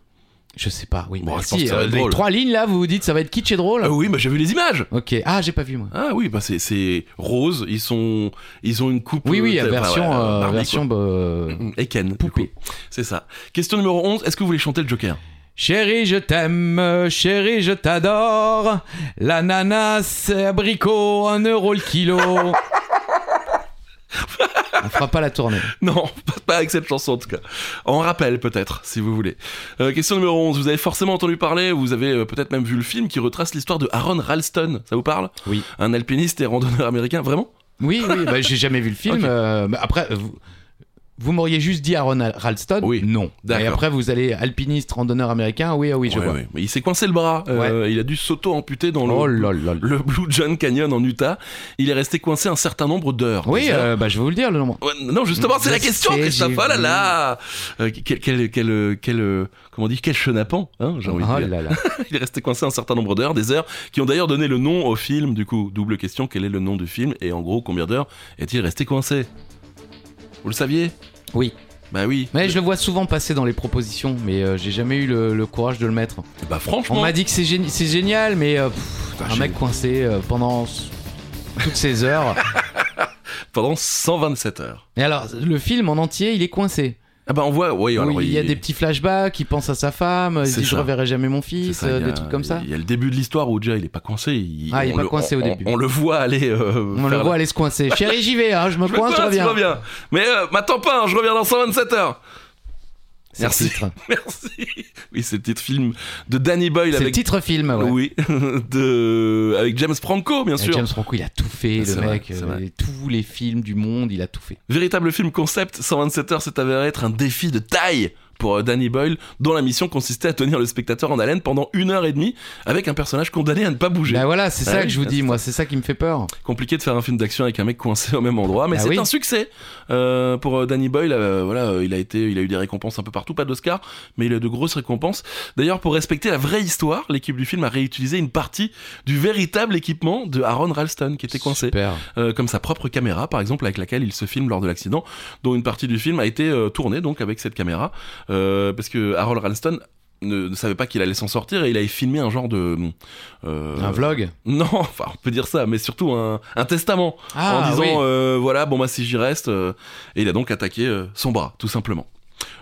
Je sais pas, oui.
Bon,
mais euh,
je pense que ça va être
les
drôle.
trois lignes là, vous vous dites ça va être kitsch et drôle
Ah oui, bah, j'ai vu les images
Ok, ah j'ai pas vu moi.
Ah oui, bah, c'est- c'est rose, ils, sont, ils ont une coupe...
Oui, oui,
euh,
version,
enfin, ouais,
euh,
Barbie,
version euh,
quoi. Mm, Et Ken, du coup.
poupée.
C'est ça. Question numéro 11, est-ce que vous voulez chanter le Joker
Chérie, je t'aime, euh, chérie, je t'adore. L'ananas, abricot, un euro le kilo. On fera pas la tournée.
Non, pas- pas avec cette chanson en tout cas. En rappel peut-être, si vous voulez. Euh, question numéro 11, vous avez forcément entendu parler, vous avez euh, peut-être même vu le film qui retrace l'histoire de Aaron Ralston, ça vous parle
Oui.
Un alpiniste et randonneur américain, vraiment
Oui, oui, bah, j'ai jamais vu le film.
Ok.
euh, mais après, vous, vous m'auriez juste dit Aaron Al- Ralston.
Oui.
Non.
D'accord.
Et après, vous allez alpiniste, randonneur américain. Oui, ah oui, je
Ouais,
vois.
ouais. Mais Il s'est coincé le bras, euh, il a dû s'auto-amputer dans le...
Oh lol, lol.
le Blue John Canyon en Utah, il est resté coincé un certain nombre d'heures.
Oui,
Des heures.
euh, bah, je vais vous le dire le nombre.
Ouais, non, justement, c'est
Je
la question,
sais,
Christophe.
j'ai
Oh là
vu.
là Euh, quel, quel, quel, euh, quel, euh, comment on dit, quel chenapan, hein, j'ai envie
oh
de dire.
là là.
Il est resté coincé un certain nombre d'heures, des heures, qui ont d'ailleurs donné le nom au film, du coup. Double question, quel est le nom du film Et en gros, combien d'heures est-il resté coincé Vous le saviez
Oui.
Bah oui.
Mais je le vois souvent passer dans les propositions, mais euh, j'ai jamais eu le, le courage de le mettre.
Bah
On
franchement.
m'a dit que c'est géni- c'est génial, mais euh, pff,
Putain,
un
j'ai-
mec coincé euh, pendant s- toutes ces heures.
Pendant 127 heures.
Et alors, le film en entier, il est coincé.
Ah bah on voit. Oui,
Où
alors
il y a des petits flashbacks, il pense à sa femme, il se
C'est
dit je
ça.
reverrai jamais mon
C'est
fils,
ça,
euh,
il y
des
a-
trucs comme ça.
Il y a le début de l'histoire où déjà il est pas coincé. Il,
Ah, il est
on
pas
le-
coincé
on-
au début.
On, on le voit aller. euh,
On le
faire
voit aller se coincer. Chérie, j'y vais, hein, je me
Je me
coince, je
coince,
reviens.
je reviens. Mais euh, m'attends pas, hein, je reviens dans 127 heures.
C'est le
Merci.
titre.
Merci. Oui, c'est le titre film de Danny Boyle
C'est le
avec
titre film, ouais.
oui, de avec James Franco bien
Et
sûr.
James Franco, il a tout fait, le
C'est vrai,
mec.
c'est
euh,
vrai.
tous les films du monde, il a tout fait.
Véritable film concept, 127 heures s'est avéré être un défi de taille pour euh, Danny Boyle, dont la mission consistait à tenir le spectateur en haleine pendant une heure et demie avec un personnage condamné à ne pas bouger.
Bah voilà, c'est
Ah
ça
oui,
que je vous
bah,
dis,
c'est
moi, c'est ça qui me fait peur.
Compliqué de faire un film d'action avec un mec coincé au même endroit, mais
Bah
c'est
oui.
un succès euh, pour euh, Danny Boyle. euh, voilà, euh, il a été, il a eu des récompenses un peu partout, pas d'Oscar, mais il a de grosses récompenses. D'ailleurs, pour respecter la vraie histoire, l'équipe du film a réutilisé une partie du véritable équipement de Aaron Ralston qui était coincé.
Super.
Euh, comme sa propre caméra par exemple avec laquelle il se filme lors de l'accident dont une partie du film a été euh, tournée donc avec cette caméra euh, parce que Harold Ralston ne, ne savait pas qu'il allait s'en sortir et il avait filmé un genre de euh,
Un vlog
non enfin on peut dire ça mais surtout un, un testament en
Ah,
disant
oui.
euh, voilà bon bah si j'y reste euh, et il a donc attaqué euh, son bras tout simplement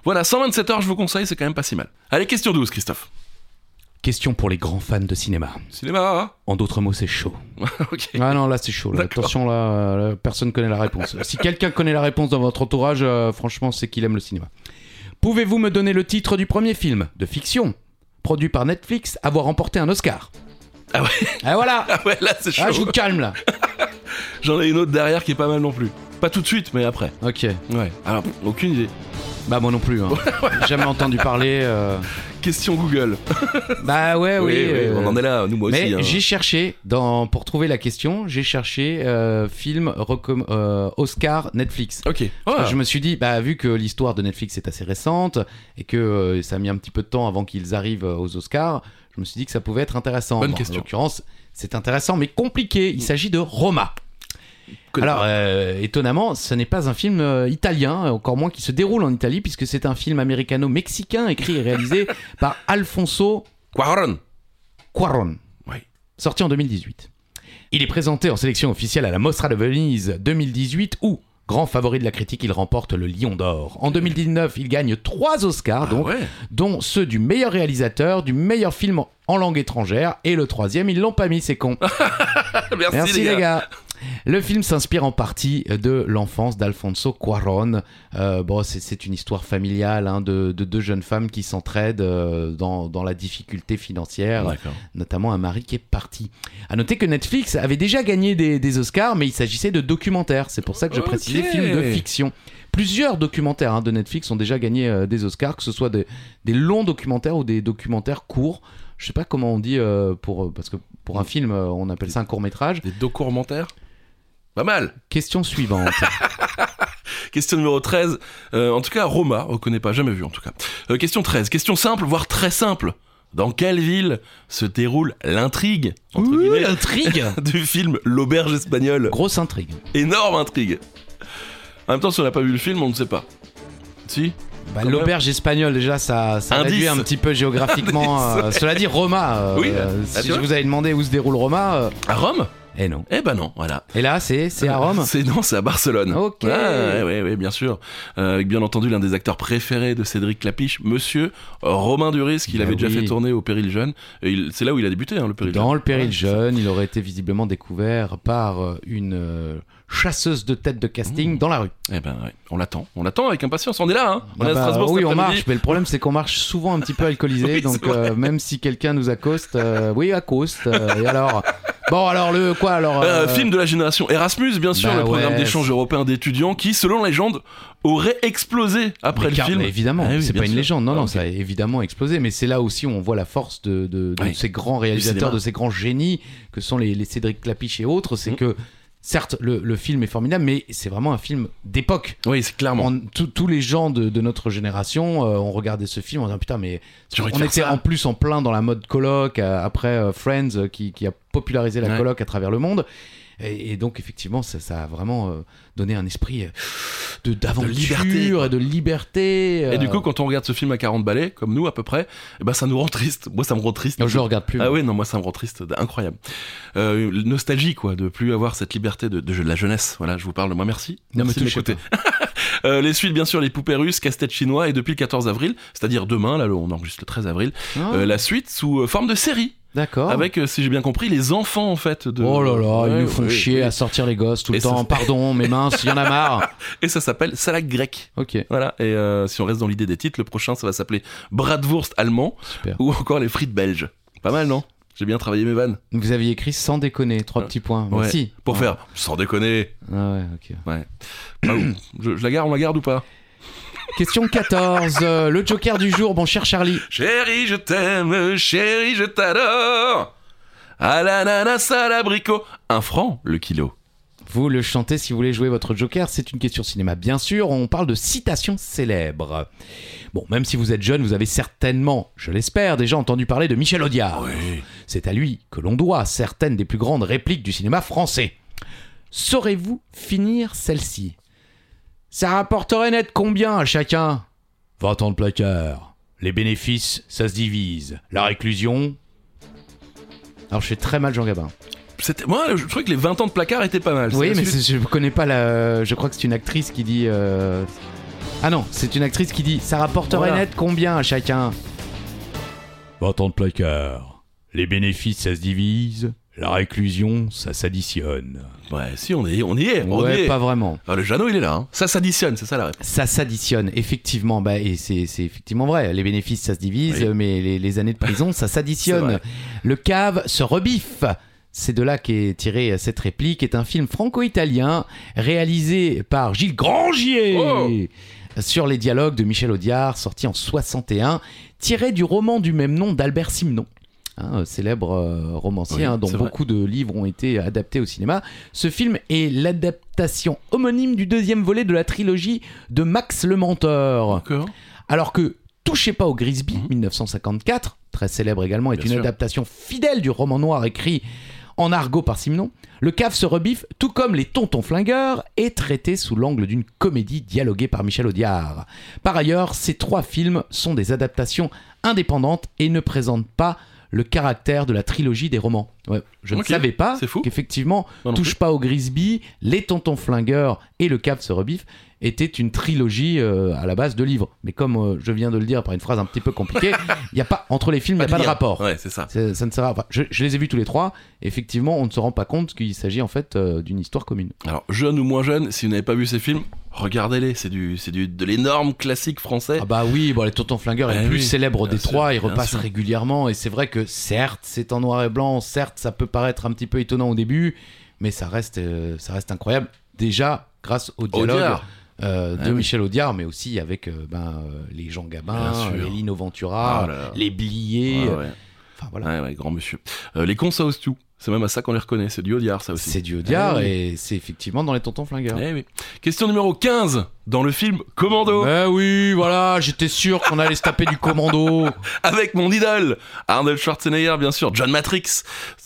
voilà 127 heures je vous conseille c'est quand même pas si mal allez question 12 Christophe
Question pour les grands fans de cinéma. hein.
cinéma
En d'autres mots, c'est chaud.
ok
Ah non, là c'est chaud. Là.
D'accord.
Attention, là, là, personne connaît la réponse. si quelqu'un connaît la réponse dans votre entourage, euh, franchement, c'est qu'il aime le cinéma. Pouvez-vous me donner le titre du premier film de fiction produit par Netflix, avoir remporté un Oscar
Ah ouais.
Ah voilà.
ah ouais là c'est chaud
Ah, je vous calme là.
j'en ai une autre derrière qui est pas mal non plus pas tout de suite mais après
Ok.
ouais alors aucune idée
Bah moi non plus. hein. Jamais entendu parler. euh.
Question Google.
Bah ouais, oui. euh,
on en est là, nous moi
Mais
aussi. hein.
j'ai cherché dans pour trouver la question. J'ai cherché euh, film recomm- euh, Oscar Netflix.
Ok.
Parce
Ah,
que Je me suis dit, bah, vu que l'histoire de Netflix est assez récente et que euh, ça a mis un petit peu de temps avant qu'ils arrivent euh, aux Oscars, je me suis dit que ça pouvait être intéressant.
Bonne
Bon,
question.
En l'occurrence, c'est intéressant mais compliqué. Il s'agit de Roma.
connais
Alors,
pas.
euh, étonnamment, ce n'est pas un film euh, italien, encore moins qui se déroule en Italie, puisque c'est un film américano-mexicain écrit et réalisé par Alfonso
Cuarón.
Cuaron,
Oui.
sorti en 2018. Il est présenté en sélection officielle à la Mostra de Venise 2018 où, grand favori de la critique, il remporte le Lion d'Or. En 2019, il gagne trois Oscars, donc,
Ah ouais.
dont ceux du meilleur réalisateur, du meilleur film en langue étrangère et le troisième, ils l'ont pas mis, c'est con.
Merci,
Merci, les, gars. Le film s'inspire en partie de l'enfance d'Alfonso Cuarón. Euh, bon, c'est- c'est une histoire familiale hein, de, de deux jeunes femmes qui s'entraident euh, dans, dans la difficulté financière
D'accord.
notamment un mari qui est parti. À noter que Netflix avait déjà gagné des, des Oscars, mais il s'agissait de documentaires. C'est pour ça que je
Ok.
précisais film de fiction. Plusieurs documentaires hein, de Netflix ont déjà gagné euh, des Oscars, que ce soit des, des longs documentaires ou des documentaires courts. Je sais pas comment on dit euh, pour euh, parce que pour un film euh, on appelle ça un court métrage.
Des documentaires. Pas mal.
Question suivante.
Question numéro 13. Euh, en tout cas, Roma, on connaît pas, jamais vu en tout cas. Euh, question 13. Question simple, voire très simple. Dans quelle ville se déroule l'intrigue entre guillemets,
intrigue.
du film L'auberge espagnole
Grosse intrigue.
Énorme intrigue. En même temps, si on n'a pas vu le film, on ne sait pas. Si
Bah,
Quand même.
L'auberge espagnole déjà ça, ça
Indice.
réduit un petit peu géographiquement.
Indice.
euh, cela dit Roma. euh,
Oui,
euh, si
bah, tu
je
vois.
vous avais demandé où se déroule Roma, euh,
À Rome
eh non.
Eh ben non, voilà.
Et là, c'est c'est à Rome
C'est non, c'est à Barcelone.
Ok.
Ouais, ouais, ouais, ouais, bien sûr. Euh, Avec bien entendu l'un des acteurs préférés de Cédric Clapiche, Monsieur Romain Duris, qu'il
Bah
avait déjà
oui.
fait tourner au Péril Jeune. Et il- c'est là où il a débuté, hein, le Péril Jeune.
Dans le péril
Ouais.
jeune, il aurait été visiblement découvert par euh, une euh, chasseuse de tête de casting dans la rue.
Eh ben, ouais. on l'attend, on l'attend avec impatience. On est là, hein. On est
Ah
à
bah,
Strasbourg
oui,
cet
on
après-midi.
marche, mais le problème c'est qu'on marche souvent un petit peu alcoolisé,
Oui,
donc
c'est vrai.
euh, même si quelqu'un nous accoste, euh, oui, accoste. euh, et alors Bon, alors le quoi alors
Euh,
euh,
film de la génération Erasmus, bien sûr,
bah
le programme
ouais.
d'échange européen d'étudiants qui, selon la légende, aurait explosé après
mais
le
car-
film.
mais évidemment,
Ah oui,
c'est
bien
pas une
sûr.
légende, non,
Ah,
non,
ok.
ça a évidemment explosé, mais c'est là aussi où on voit la force de, de- de
Ouais.
ces grands
Du
réalisateurs,
cinéma.
de ces grands génies que sont les, les Cédric Clapiche et autres, c'est
Mm.
que certes le, le film est formidable, mais c'est vraiment un film d'époque.
Oui, c'est clairement.
On- tous- tous les gens de, de notre génération euh, ont regardé ce film en disant putain mais
J'ai envie de
on
faire
était
ça.
en plus en plein dans la mode coloc euh, après euh, Friends euh, qui, qui a popularisé la
Ouais.
coloc à travers le monde Et, et donc, effectivement, ça, ça a vraiment euh, donné un esprit euh, de-
De liberté,
d'aventure
quoi.
et de liberté. euh.
Et du coup, quand on regarde ce film à 40 balais, comme nous à peu près, eh ben ça nous rend triste. Moi, ça me rend triste.
Non, Oh, je le regarde plus.
Ah oui, non, moi ça me rend triste, d- incroyable. Euh, nostalgie, quoi, de plus avoir cette liberté de, de jeu de la jeunesse. Voilà, je vous parle de moi, merci.
Ne me
Merci de
touchez
m'écouter. Euh, les suites, bien sûr, les poupées russes, casse-tête chinois, et depuis le 14 avril, c'est-à-dire demain, là, on enregistre le 13 avril,
Ah,
euh, la suite sous euh, forme de série,
D'accord.
avec, euh, si j'ai bien compris, les enfants, en fait. De...
Oh là là, ils
Ouais,
nous font
ouais,
chier
ouais.
à sortir les gosses tout le
Et ça-
temps. Pardon, mais mince, il y en a marre.
Et ça s'appelle Salade grecque.
Ok,
Voilà, et euh, si on reste dans l'idée des titres, le prochain, ça va s'appeler Bradwurst allemand,
super.
ou encore les frites belges. Pas mal, non J'ai bien travaillé mes vannes.
Vous aviez écrit sans déconner, trois
Ouais.
petits points.
Euh, Ouais.
Merci.
Pour faire, sans déconner,
Ah ouais, ok.
Ah, je, je la garde, on la garde ou pas
Question 14. euh, le Joker du jour, bon cher Charlie.
Chérie, je t'aime, chérie, je t'adore. À l'ananas, à l'abricot. Un franc le kilo.
Vous le chantez si vous voulez jouer votre Joker, c'est une question cinéma bien sûr, on parle de citations célèbres. Bon, même si vous êtes jeune, vous avez certainement, je l'espère, déjà entendu parler de Michel Audiard. C'est à lui que l'on doit certaines des plus grandes répliques du cinéma français. Saurez-vous finir celle-ci Ça rapporterait net combien à chacun 20 ans de placard. Les bénéfices, ça se divise. La réclusion... Alors je fais très mal Jean Gabin.
C'était, moi, je trouvais que les 20 ans de placard étaient pas mal.
Oui,
C'est-
mais
c'est-
c'est- je connais pas la. Je crois que c'est une actrice qui dit. euh, Ah non, c'est une actrice qui dit. Ça rapporterait
Voilà.
net combien à chacun 20 ans de placard. Les bénéfices, ça se divise. La réclusion, ça s'additionne.
Ouais, si, on, est, on y est. On y
Ouais,
est.
pas vraiment.
Ah, le Jeannot, il est là. hein. Ça s'additionne, c'est ça la réponse.
Ça s'additionne, effectivement. Bah, et c'est c'est effectivement vrai. Les bénéfices, ça se divise,
Oui.
mais les, les années de prison, ça
C'est
s'additionne.
vrai.
Le cave se rebiffe. C'est de là qu'est tirée cette réplique. est un film franco-italien réalisé par Gilles Grangier
Oh
sur les dialogues de Michel Audiard, sorti en 61, tiré du roman du même nom d'Albert Simon. Hein, euh, célèbre euh, romancier
Oui,
hein, dont
c'est vrai.
beaucoup de livres ont été adaptés au cinéma. Ce film est l'adaptation homonyme du deuxième volet de la trilogie de Max le Menteur.
Encore
Alors que Touchez pas au Grisby,
Mhm.
1954, très célèbre également, est
Bien
une
sûr.
adaptation fidèle du roman noir écrit en argot par Simenon. Le cave se rebiffe, tout comme les tontons flingueurs, est traité sous l'angle d'une comédie dialoguée par Michel Audiard. Par ailleurs, ces trois films sont des adaptations indépendantes et ne présentent pas le caractère de la trilogie des romans. Ouais, je ne
Ok,
savais pas
c'est fou.
qu'effectivement,
Non, non
Touche pas au Grisby, Les Tontons Flingueurs et Le Cap se rebiffe était une trilogie euh, à la base de livres. Mais comme euh, je viens de le dire par une phrase un petit peu compliquée, il y a pas entre les films, il n'y a pas de
lien.
rapport.
Ouais, c'est ça.
C'est- Ça ne sert à- enfin, je, je les ai vus tous les trois. Effectivement, on ne se rend pas compte qu'il s'agit en fait euh, d'une histoire commune.
Alors, jeune ou moins jeune, si vous n'avez pas vu ces films, regardez-les. C'est du, c'est du, de l'énorme classique français.
Ah bah oui, bon, les Tontons Flingueurs est
Eh
le plus
oui,
célèbre
bien
des
sûr,
trois. Il
bien
repasse
sûr.
régulièrement et c'est vrai que certes, c'est en noir et blanc. Certes, ça peut paraître un petit peu étonnant au début, mais ça reste, euh, ça reste incroyable. Déjà grâce
bah,
au dialogue.
Audiard.
euh,
Ah
de
oui.
Michel Audiard, mais aussi avec euh, ben, euh, les Jean Gabin,
Bien sûr.
les Lino Ventura,
Ah là là.
les Bliés.
Ouais,
euh,
ouais.
Enfin voilà.
Ouais, ouais, grand monsieur. Euh, les cons, ça ose tout. C'est même à ça qu'on les reconnaît. C'est du Audiard, ça aussi.
C'est du Audiard
Ah oui.
et c'est effectivement dans les Tontons Flingueurs.
Eh oui. Question numéro 15 dans le film Commando
Eh oui, voilà, j'étais sûr qu'on allait se taper du commando.
avec mon idole Arnold Schwarzenegger bien sûr, John Matrix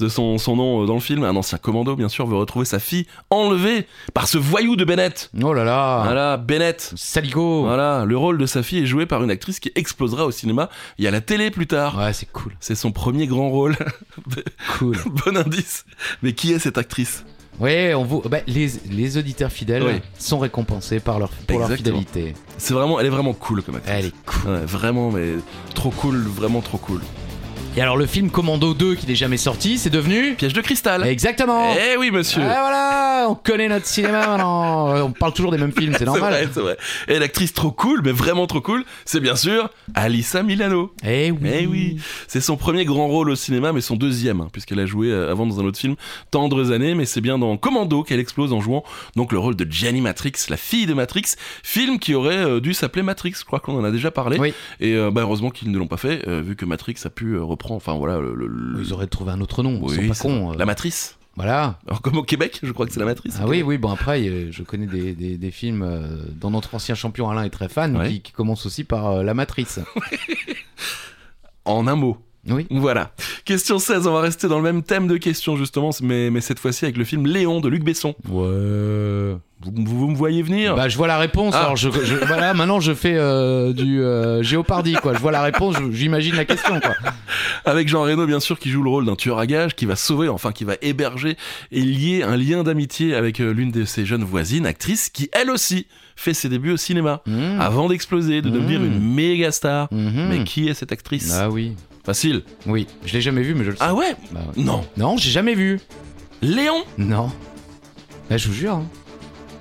de son, son nom euh, dans le film, un ancien commando bien sûr veut retrouver sa fille enlevée par ce voyou de Bennett.
Oh là là,
Voilà, Bennett.
saligo.
Voilà, le rôle de sa fille est joué par une actrice qui explosera au cinéma et à la télé plus tard.
Ouais, c'est cool,
C'est son premier grand rôle.
cool.
bon indice. Mais qui est cette actrice
Ouais, on vous, bah, les, les auditeurs fidèles
Oui.
sont récompensés par leur, pour leur
Exactement.
fidélité.
C'est vraiment, elle est vraiment cool comme actrice.
Elle est cool.
Ouais, vraiment, mais trop cool, vraiment trop cool.
Et alors le film Commando 2 qui n'est jamais sorti, c'est devenu
Piège de cristal.
Exactement.
Eh oui, monsieur.
Ah, voilà, on connaît notre cinéma maintenant. Euh, On parle toujours des mêmes films, c'est
C'est
normal.
vrai, c'est vrai. Et l'actrice trop cool, mais vraiment trop cool, c'est bien sûr Alissa Milano.
Eh oui.
Eh oui, c'est son premier grand rôle au cinéma, mais son deuxième, hein, puisqu'elle a joué euh, avant dans un autre film, Tendres années, mais c'est bien dans Commando qu'elle explose en jouant donc le rôle de Gianni Matrix, la fille de Matrix, film qui aurait euh, dû s'appeler Matrix, je crois qu'on en a déjà parlé,
Oui.
et euh, bah, heureusement qu'ils ne l'ont pas fait, euh, vu que Matrix a pu euh, reprendre, enfin voilà, le... le- le-
Ils auraient trouvé un autre nom, ils
Oui,
sont pas
c'est
cons. euh,
la matrice.
Voilà.
Alors, comme au Québec, je crois que c'est la matrice.
Ah oui, oui, bon après, euh, je connais des, des, des films euh, dont notre ancien champion Alain est très fan,
Ouais.
qui, qui commencent aussi par euh, La Matrice.
En un mot.
Oui.
Voilà. Question 16, on va rester dans le même thème de questions justement, mais, mais cette fois-ci avec le film Léon de Luc Besson.
Ouais.
Vous, vous- vous me voyez venir
Bah, je vois la réponse.
Ah.
Alors, je, je- voilà, maintenant, je fais euh, du euh, Géopardy, quoi. Je vois la réponse, je- j'imagine la question, quoi.
Avec Jean Reno bien sûr qui joue le rôle d'un tueur à gages, qui va sauver, enfin qui va héberger et lier un lien d'amitié avec euh, l'une de ses jeunes voisines, actrice, qui elle aussi fait ses débuts au cinéma,
Mmh.
avant d'exploser, de devenir
Mmh.
une méga star.
Mhm.
Ah. Mais qui est cette actrice
Ah oui.
Facile.
Oui, je l'ai jamais vu, mais je le sais.
Ah ouais
Bah ouais.
Non.
Non, j'ai jamais vu.
Léon
Non. Bah, je vous jure. hein.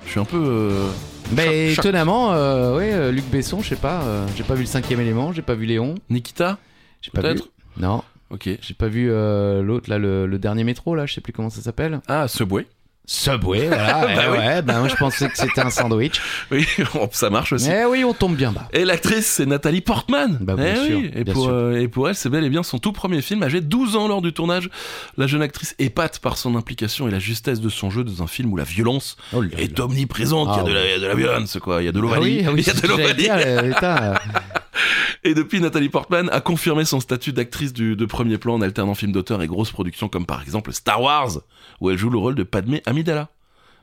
Je suis un peu... euh,
Mais
choc.
étonnamment, euh, ouais, euh, Luc Besson, je sais pas. euh, j'ai pas vu le cinquième élément, j'ai pas vu Léon.
Nikita
J'ai pas vu.
Peut-être
Non,
Ok.
j'ai pas vu euh, l'autre, là, le, le dernier métro, là, je sais plus comment ça s'appelle.
Ah, Subway.
Subway, voilà.
Bah
ouais,
oui.
ouais, bah, moi, je pensais que c'était un sandwich.
Oui, ça marche aussi.
Eh oui, on tombe bien bas.
Et l'actrice, c'est Nathalie Portman.
Bah, bien
Eh
sûr,
oui. et,
bien
pour,
sûr.
euh, et pour elle, c'est bel et bien son tout premier film. Âgée de 12 ans lors du tournage, la jeune actrice épate par son implication et la justesse de son jeu dans un film où la violence
Oh là
est
là.
omniprésente.
Ah
il, y a de la, il y a de la violence, quoi. Il y a de
Ah
l'ovalie.
oui, ah oui,
il y a
c'est
de
ce que j'allais
l'ovalie.
dire, euh, putain, euh,
Et depuis, Nathalie Portman a confirmé son statut d'actrice du- de premier plan en alternant films d'auteur et grosses productions comme par exemple Star Wars, où elle joue le rôle de Padmé Amidala.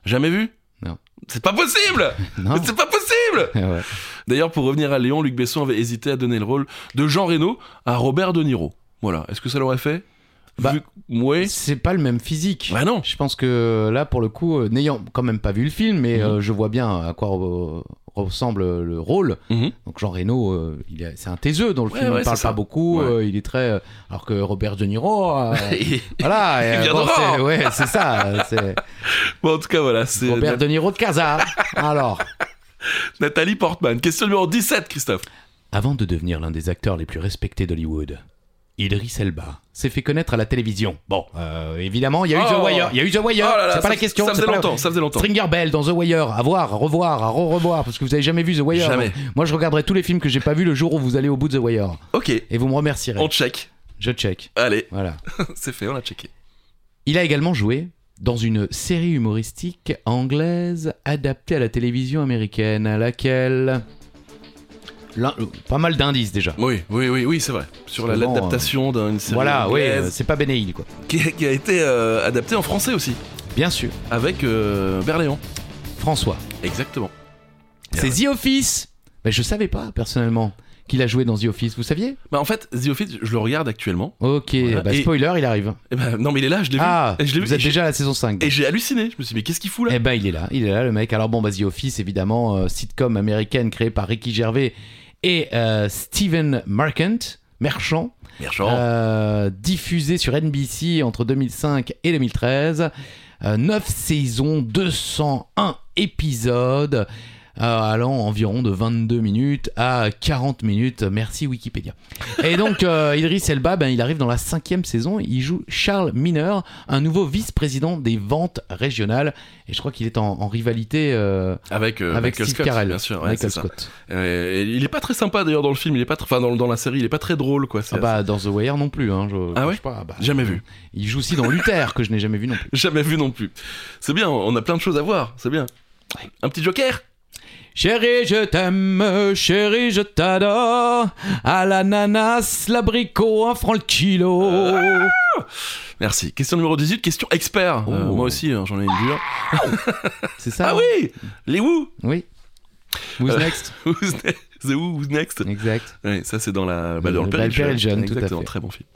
Jamais vu
Non.
C'est pas possible
non.
C'est pas possible
Ouais.
D'ailleurs, pour revenir à Léon, Luc Besson avait hésité à donner le rôle de Jean Reno à Robert De Niro. Voilà. Est-ce que ça l'aurait fait
Bah,
Vu que- Ouais.
C'est pas le même physique.
Bah non.
Je pense que là, pour le coup, euh, n'ayant quand même pas vu le film, mais
Mhm.
euh, je vois bien à quoi re- ressemble le rôle.
Mhm.
Donc Jean Reno, euh, il est- c'est un taiseux dans le
Ouais,
film,
ouais,
il parle
c'est
pas
ça.
beaucoup,
Ouais.
euh, il est très... euh, alors que Robert De Niro, euh,
Et-
voilà, et, euh,
viendra.
c'est, ouais, c'est ça, euh, c'est
bon, en tout cas, voilà. C'est
Robert
Nat-
De Niro de Casa. Alors,
Nathalie Portman. Question numéro 17, Christophe.
Avant de devenir l'un des acteurs les plus respectés d'Hollywood, Idris Elba s'est fait connaître à la télévision. Bon, euh, évidemment, il y a eu
Oh.
The Wire, il y a eu The Wire,
Oh là là,
c'est pas
ça-
la question.
Ça
c'est
faisait
pas la-
longtemps. Ça faisait longtemps.
Stringer Bell dans The Wire, à voir, à revoir, à re-revoir, parce que vous avez jamais vu The Wire.
Jamais.
Donc, Moi, je regarderai tous les films que j'ai pas vus le jour où vous allez au bout de The Wire,
Ok.
et vous me remercierez.
On check.
Je check.
Allez,
Voilà.
c'est fait. On a checké.
Il a également joué dans une série humoristique anglaise adaptée à la télévision américaine, à laquelle. L'un- euh, Pas mal d'indices déjà.
Oui, oui, oui, oui, c'est vrai. Sur la-
Souvent,
l'adaptation d'une série
Voilà, oui, euh,
anglaise
c'est pas Bénéil quoi.
qui, qui a été euh, adaptée en français aussi,
Bien sûr,
avec euh, Berléand.
François.
Exactement.
C'est The Office Mais je savais pas, personnellement, qu'il a joué dans The Office, vous saviez
Bah, en fait, The Office, je le regarde actuellement.
Ok,
Voilà,
bah,
et-
spoiler, il arrive.
Eh ben, non, mais il est là, je l'ai
Ah,
vu. Et Je l'ai
vous
vu. et
êtes
j'ai-
déjà à la saison 5.
Et j'ai halluciné. Je me suis dit, mais qu'est-ce qu'il fout là
Eh ben, il est là, il est là, le mec. Alors bon, bah, The Office, évidemment, euh, sitcom américaine créée par Ricky Gervais et euh, Steven Merchant, Merchant,
Merchant.
euh, diffusée sur NBC entre 2005 et 2013. 9 Euh, saisons, 201 épisodes, euh, allant environ de 22 minutes à 40 minutes. Merci Wikipédia. Et donc, euh, Idriss Elba, ben, il arrive dans la cinquième saison. Il joue Charles Miner, un nouveau vice-président des ventes régionales. Et je crois qu'il est en, en rivalité euh,
avec euh,
avec
Michael
Steve
Scott,
Carell.
bien sûr. ouais,
Michael
c'est ça.
Scott.
Euh, et il est pas très sympa d'ailleurs dans le film. Il est pas, tr- enfin dans, dans la série, il est pas très drôle quoi. c'est
Ah bah, dans The Wire non plus. Hein, je,
Ah
je
ouais
sais pas, bah,
Jamais vu.
Il joue aussi dans Luther, que je n'ai jamais vu non plus.
Jamais vu non plus. C'est bien. On a plein de choses à voir. C'est bien. Un petit Joker.
Chérie, je t'aime, chérie, je t'adore. À l'ananas, l'abricot, un franc le kilo.
Merci. Question numéro 18. Question expert. Euh,
Oh.
moi aussi, euh, j'en ai une dure.
C'est ça
Ah
hein
oui. Les Who.
Oui. Who's
Euh,
next
Who's ne- The Who. Who's next.
Exact.
Ouais, ça c'est dans la. Bah,
Le-
dans le
le Peril
Peril
Jeune, tout à
Exactement,
fait.
Très bon film.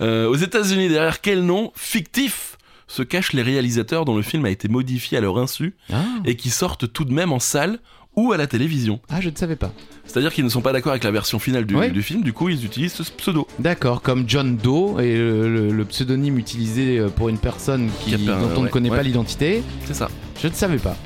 Euh, aux États-Unis, derrière quel nom fictif se cachent les réalisateurs dont le film a été modifié à leur insu
Ah,
et qui sortent tout de même en salle ou à la télévision.
Ah, je ne savais pas.
C'est-à-dire qu'ils ne sont pas d'accord avec la version finale du,
Ouais.
du film, du coup ils utilisent ce pseudo.
D'accord, comme John Doe et le, le- le pseudonyme utilisé euh, pour une personne qui,
Qui a pas-
dont on
ouais,
ne connaît
ouais.
pas l'identité,
C'est ça.
je ne savais pas.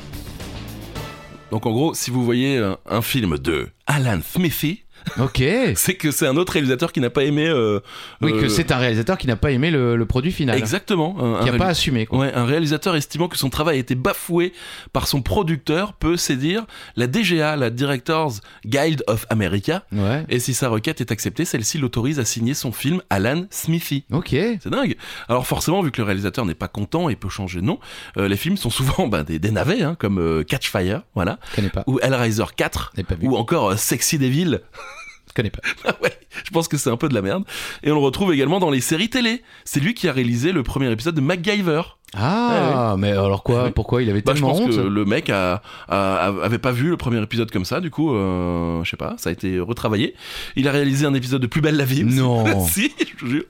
Donc en gros, si vous voyez euh, un film de Alan Smithy,
Ok. oui,
c'est que c'est un autre réalisateur qui n'a pas aimé. euh, euh,
que c'est un réalisateur qui n'a pas aimé le, le produit final.
Exactement. un- un
Qui n'a
réal-
pas assumé, quoi.
Ouais, un réalisateur estimant que son travail a été bafoué par son producteur peut saisir la DGA, la Directors Guild of America,
Ouais.
et si sa requête est acceptée, celle-ci l'autorise à signer son film Alan Smithy.
Ok.
C'est dingue. Alors forcément, vu que le réalisateur n'est pas content et peut changer de nom, euh, les films sont souvent bah, des, des navets, hein, comme euh, Catch Fire, voilà,
Connais pas.
ou Hellraiser 4,
N'ai pas vu.
ou encore euh, Sexy Devil.
connais pas.
Ah ouais, je pense que c'est un peu de la merde. Et on le retrouve également dans les séries télé. C'est lui qui a réalisé le premier épisode de MacGyver.
Ah, mais alors quoi
Ouais.
Pourquoi il avait
Bah, je
tellement
pense
honte
que le mec a, a- a- avait pas vu le premier épisode comme ça, du coup, euh, je sais pas, ça a été retravaillé. Il a réalisé un épisode de Plus belle la vie. aussi.
Non.
si, je vous jure.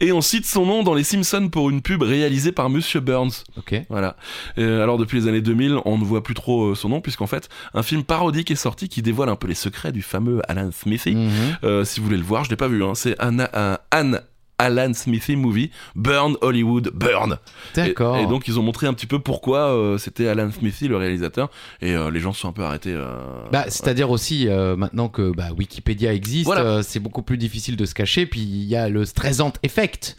Et on cite son nom dans Les Simpsons pour une pub réalisée par Monsieur Burns.
Ok.
Voilà. Euh, alors depuis les années 2000, on ne voit plus trop euh, son nom, puisqu'en fait, un film parodique est sorti qui dévoile un peu les secrets du fameux Alan Smithy.
Mhm.
Euh, si vous voulez le voir, je l'ai pas vu. Hein. C'est Anna, un- Anne Alan Smithy Movie, Burn Hollywood, Burn. Et,
D'accord.
et donc ils ont montré un petit peu pourquoi euh, c'était Alan Smithy le réalisateur. Et euh, les gens se sont un peu arrêtés. euh,
Bah, c'est-à-dire aussi euh, maintenant que bah, Wikipédia existe,
Voilà.
euh, c'est beaucoup plus difficile de se cacher. Puis il y a le stressant effect.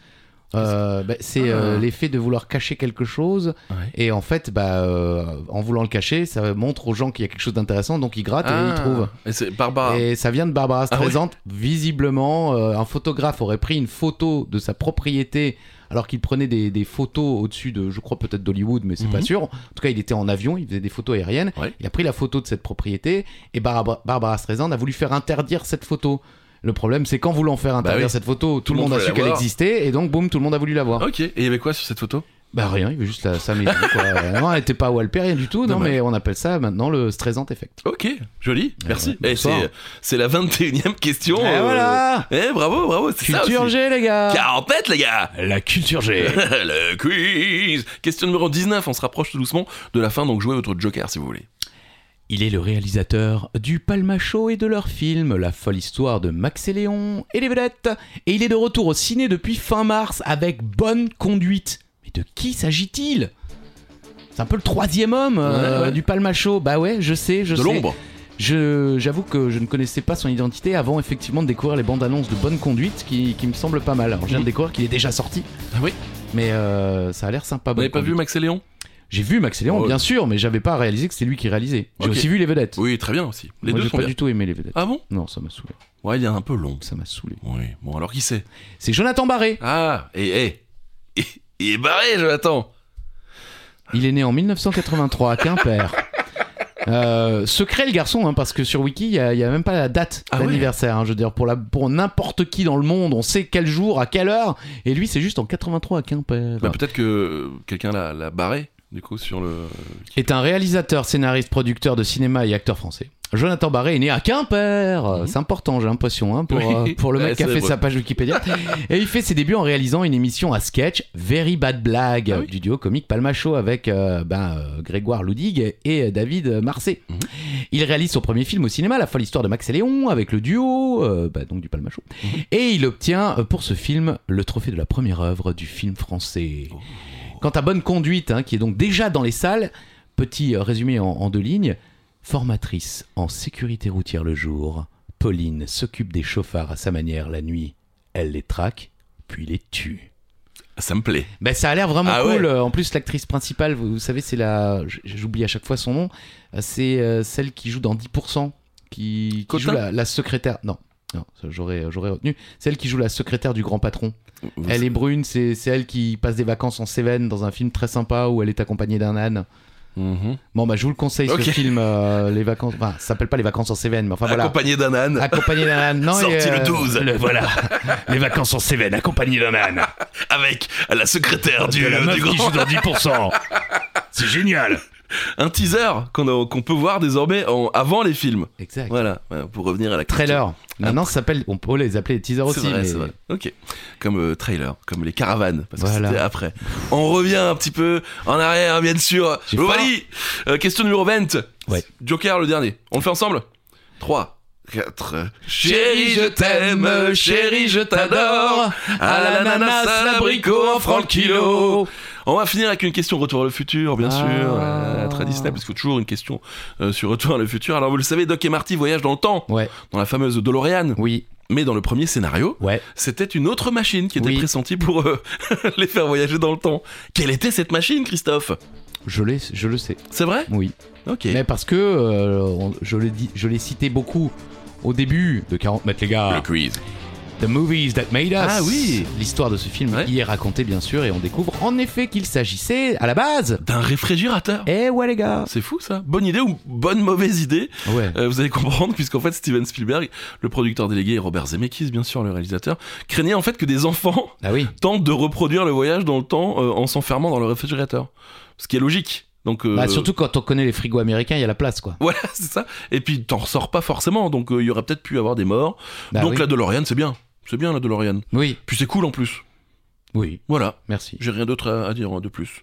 Euh, bah, c'est euh,
Ah.
l'effet de vouloir cacher quelque chose
Ouais.
et en fait bah, euh, en voulant le cacher ça montre aux gens qu'il y a quelque chose d'intéressant donc ils grattent et
Ah.
ils trouvent
Et c'est Barbara.
et ça vient de Barbara
Ah ouais.
Streisand visiblement euh, un photographe aurait pris une photo de sa propriété alors qu'il prenait des, des photos au-dessus de je crois peut-être d'Hollywood mais c'est pas
Mhm.
sûr en tout cas il était en avion il faisait des photos aériennes
Ouais.
il a pris la photo de cette propriété et Barbara, Barbara Streisand a voulu faire interdire cette photo le problème c'est qu'en voulant faire interdire
Bah oui.
cette photo tout, le monde a
voulait
su
la
qu'elle
voir. Ah
existait et donc boum tout le monde a voulu la voir
Ok. Et il y avait quoi sur cette photo
bah rien il veut juste la, sa maison quoi. non elle n'était pas Walper rien du tout non
Dommage.
mais on appelle ça maintenant le Streisand effect
Ok, joli. Merci.
ouais,
Eh,
bonsoir.
c'est c'est la 21 e question.
et
euh,
voilà
Eh bravo, bravo, c'est ça
culture Eh.
aussi.
G les gars
47 les gars
la culture G
Le quiz Question numéro 19, on se rapproche tout doucement de la fin, donc jouez votre joker si vous voulez.
Il est le réalisateur du Palma Show et de leurs films La folle histoire de Max et Léon et les vedettes. Et il est de retour au ciné depuis fin mars avec Bonne Conduite. Mais de qui s'agit-il C'est un peu le troisième homme euh,
Ouais, ouais.
du Palma Show. Bah ouais, je sais, je
de
sais. Ah,
l'ombre
Je- J'avoue que je ne connaissais pas son identité avant effectivement de découvrir les bandes annonces de Bonne Conduite qui, qui me semble pas mal. Alors je viens de découvrir qu'il est déjà sorti.
Mhm. Ah oui
Mais euh, ça a l'air sympa.
Vous n'avez
Bonne
pas vu
Conduite.
Max et Léon
J'ai vu Max et Léon,
Ouais.
bien sûr, mais j'avais pas réalisé que c'est lui qui réalisait. J'ai
Oh. Ok.
aussi vu les vedettes.
Oui, très bien aussi. Les
Moi,
deux
j'ai
sont
pas
bien.
du tout aimé les vedettes.
Ah bon
Non, ça m'a saoulé.
Ouais, il est un peu long.
Ça m'a saoulé.
Oui, bon alors qui c'est
C'est Jonathan Barré.
Ah, et eh Il est barré, Jonathan
Il est né en 1983 à Quimper. Euh, secret le garçon, hein, parce que sur Wiki, il n'y a, il y a même pas la date
Ah ouais.
d'anniversaire. hein, je veux dire, pour, la, pour n'importe qui dans le monde, on sait quel jour, à quelle heure. Et lui, c'est juste en 83 à Quimper.
Bah peut-être que euh, quelqu'un l'a l'a barré, du coup, sur le...
est un réalisateur, scénariste, producteur de cinéma et acteur français. Jonathan Barré est né à Quimper.
Mhm.
C'est important, j'ai l'impression, hein, pour,
Oui.
euh, pour le mec
Ouais,
qui a
c'est
fait
vrai.
sa page Wikipédia. et il fait ses débuts en réalisant une émission à sketch, Very Bad Blague,
Ah oui.
du duo comique Palma Show avec euh, ben, euh, Grégoire Ludig et euh, David Marcet.
Mhm.
Il réalise son premier film au cinéma, La folle histoire de Max et Léon, avec le duo, euh, bah, donc du Palma Show.
Mhm.
Et il obtient euh, pour ce film le trophée de la première œuvre du film français.
Oh.
Quant à Bonne Conduite, hein, qui est donc déjà dans les salles, petit euh, résumé en, en deux lignes, formatrice en sécurité routière le jour, Pauline s'occupe des chauffards à sa manière la nuit, elle les traque, puis les tue.
Ça me plaît.
Ben, ça a l'air vraiment
Ah
cool.
ouais.
euh, En plus, l'actrice principale, vous, vous savez, c'est la. j- J'oublie à chaque fois son nom. euh, C'est euh, celle qui joue dans 10%, qui, qui
Cotin
joue la, la secrétaire. Non, non, ça, j'aurais euh, j'aurais retenu. Celle qui joue la secrétaire du grand patron. Elle est brune, c'est c'est elle qui passe des vacances en Cévennes dans un film très sympa où elle est accompagnée d'un âne.
Mhm.
Bon, bah je vous le conseille
Ok.
ce film, euh, les vacances. Enfin, ça s'appelle pas les vacances en Cévennes, mais enfin voilà.
Accompagné d'un âne.
Accompagné d'un âne, non
Sorti
et, euh,
le 12.
voilà, les vacances en Cévennes, accompagné d'un âne.
Avec la secrétaire du,
Ah. De la meuf
du
qui
grand...
joue dans 10%. C'est génial.
Un teaser qu'on a- qu'on peut voir désormais en- avant les films.
Exact.
Voilà, voilà, pour revenir à la
Trailer. Maintenant, ça s'appelle. On peut les appeler les teasers
culture.
aussi.
C'est vrai,
mais-
c'est vrai. Ok. Comme euh, trailer, comme les caravanes, parce
Voilà.
que c'était après. On revient un petit peu en arrière, bien sûr.
J'ai
Lovali Euh, Question numéro 20.
Ouais.
Joker, le dernier. On le fait ensemble 3, 4.
Chérie, je t'aime, chérie, je t'adore. À l'ananas, à l'abricot, en franc le kilo.
On va finir avec une question Retour à le futur, bien
Ah.
sûr. Euh, très Disney, parce qu'il faut toujours une question euh, sur Retour à le futur. Alors, vous le savez, Doc et Marty voyagent dans le temps,
Ouais,
dans la fameuse DeLorean.
oui,
Mais dans le premier scénario,
ouais.
c'était une autre machine qui était
Oui.
pressentie pour euh, les faire voyager dans le temps. Quelle était cette machine, Christophe
Je, l'ai- je le sais.
C'est vrai
Oui.
Ok.
Mais parce que euh, on- je l'ai dit- je l'ai cité beaucoup au début de 40 mètres, les gars.
quiz.
The Movies That Made Us.
Ah oui.
L'histoire de ce film
Ouais.
y est racontée bien sûr et on découvre en effet qu'il s'agissait à la base.
D'un réfrigérateur.
Eh ouais les gars.
C'est fou ça. Bonne idée ou bonne mauvaise idée
Ouais.
Euh, vous allez comprendre, puisqu'en fait Steven Spielberg, le producteur délégué et Robert Zemeckis, bien sûr le réalisateur, craignait en fait que des enfants
Ah oui.
tentent de reproduire le voyage dans le temps euh, en s'enfermant dans le réfrigérateur. Ce qui est logique. Donc, euh,
Bah, surtout quand on connaît les frigos américains, il y a la place quoi.
Voilà, c'est ça. Et puis t'en ressors pas forcément, donc euh, il y aurait peut-être pu avoir des morts.
Bah
donc
oui.
la DeLorean, c'est bien. C'est bien la DeLorean.
Oui.
Puis c'est cool en plus.
Oui.
Voilà,
Merci.
j'ai rien d'autre à, à dire hein, de plus.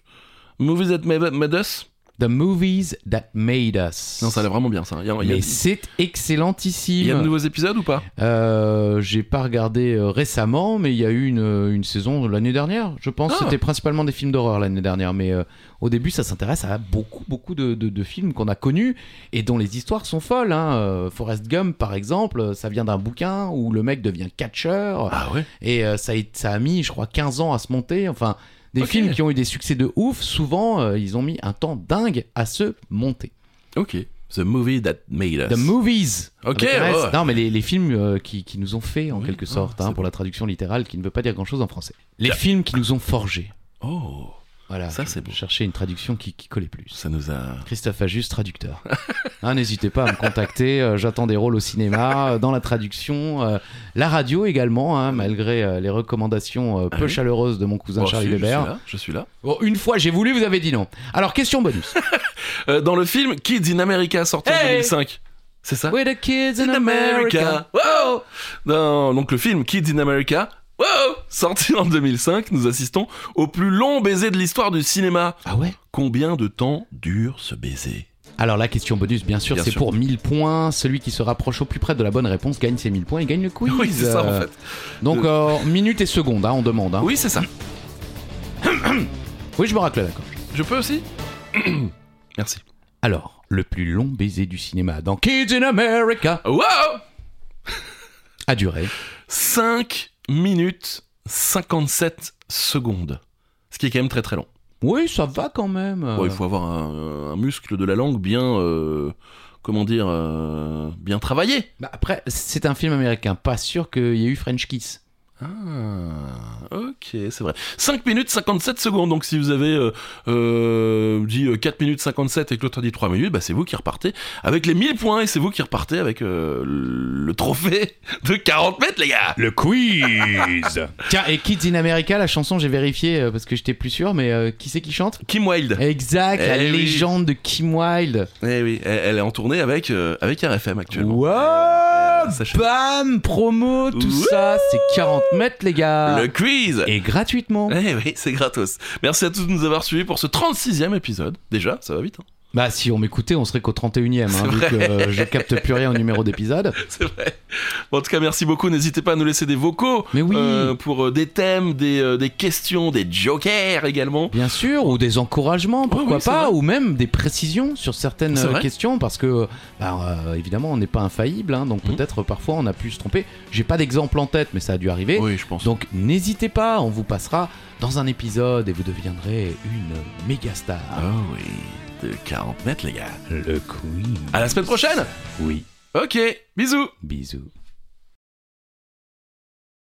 Movies at Medas
The Movies That Made Us.
Non, ça a l'air vraiment bien ça. Il y a, il y a-
Mais c'est
il
excellentissime.
y a de nouveaux épisodes ou pas
Euh, j'ai pas regardé euh, récemment, mais il y a eu une, euh, une saison l'année dernière, je pense.
Ah.
C'était principalement des films d'horreur l'année dernière, mais euh, au début, ça s'intéresse à beaucoup, beaucoup de, de- de films qu'on a connus et dont les histoires sont folles. Hein. Euh, Forrest Gump, par exemple, euh, ça vient d'un bouquin où le mec devient catcheur
Ah ouais
et euh, ça, a- ça a mis, je crois, 15 ans à se monter. Enfin, des
Ok.
films qui ont eu des succès de ouf, souvent, euh, ils ont mis un temps dingue à se monter.
Ok. The movie that made us.
The Movies.
Ah, Ok,
Avec un S.
ouais.
Non, mais les, les films euh, qui, qui nous ont fait, en
Oui,
quelque
ah,
sorte,
c'est
hein,
bon.
pour la traduction littérale, qui ne veut pas dire grand-chose en français. Les films qui nous ont forgés.
Oh,
Voilà.
Ça,
je-
c'est bon.
je cherchais une traduction qui, qui collait plus.
ça nous a.
Christophe Ajus, traducteur. Hein, N'hésitez pas à me contacter. euh, J'attends des rôles au cinéma, euh, dans la traduction, euh, la radio également, hein, malgré euh, les recommandations euh,
Ah
peu
oui.
chaleureuses de mon cousin
Bon,
Charlie
si, Oh, je suis
Weber.
là, je suis là.
Bon, une fois j'ai voulu, vous avez dit non. Alors, question bonus.
Euh, dans le film Kids in America sorti en
Hey
2005. C'est ça
With the kids in America.
Wow Non, donc le film Kids in America, wow sorti en 2005, nous assistons au plus long baiser de l'histoire du cinéma.
Ah ouais
Combien de temps dure ce baiser
Alors la question bonus, bien sûr,
Bien
c'est
sûr.
pour 1000 points. Celui qui se rapproche au plus près de la bonne réponse gagne ses 1000 points et gagne le quiz.
Oui, c'est ça en
Euh,
fait.
Donc
Euh.
euh, minutes et secondes, hein, on demande. hein.
Oui, c'est ça.
Oui, je me racle la gorge.
Je peux aussi Merci.
Alors, le plus long baiser du cinéma dans Kids in America
Oh, Wow
a duré.
5 minutes 57 secondes. Ce qui est quand même très très long.
Oui, ça va quand même. euh.
Bon, il faut avoir un, un muscle de la langue bien. euh, comment dire euh, Bien travaillé.
Bah, après, c'est un film américain. Pas sûr qu'il y ait eu French Kiss.
Ah, ok, c'est vrai. 5 minutes 57 secondes. Donc, si vous avez euh, euh, dit euh, 4 minutes 57 et que l'autre a dit 3 minutes, bah, c'est vous qui repartez avec les 1000 points et c'est vous qui repartez avec euh, le trophée de 40 mètres, les gars.
Le quiz Tiens, et Kids in America, la chanson, j'ai vérifié euh, parce que j'étais plus sûr, mais euh, qui c'est qui chante
Kim Wilde.
Exact, la
Eh oui.
légende de Kim Wilde.
Eh oui, elle, elle est en tournée avec, euh, avec RFM actuellement.
Wow
Sachez-
Bam Promo, tout
Wouh
ça, c'est 40 mètres les gars
Le quiz
Et gratuitement
Eh oui, c'est gratos. Merci à tous de nous avoir suivis pour ce 36e épisode. Déjà, ça va vite. hein.
Bah si on m'écoutait, on serait qu'au 31ème, hein,
C'est
vu
vrai.
que euh, je capte plus rien au numéro d'épisode.
C'est vrai. Bon, en tout cas, merci beaucoup. N'hésitez pas à nous laisser des vocaux
Mais oui.
euh, pour euh, des thèmes, des, euh, des questions, des jokers également.
Bien sûr, ou des encouragements, pourquoi
oui, c'est
pas,
vrai.
ou même des précisions sur certaines
C'est
euh,
vrai.
questions, parce que bah, euh, évidemment on n'est pas infaillible, hein, donc
Mhm.
peut-être parfois on a pu se tromper. J'ai pas d'exemple en tête, mais ça a dû arriver.
Oui, je pense.
Donc n'hésitez pas, on vous passera dans un épisode et vous deviendrez une méga star.
Ah oui, de 40 mètres, les gars.
Le quiz.
À la semaine prochaine
Ah Oui,
Ok, bisous
bisous.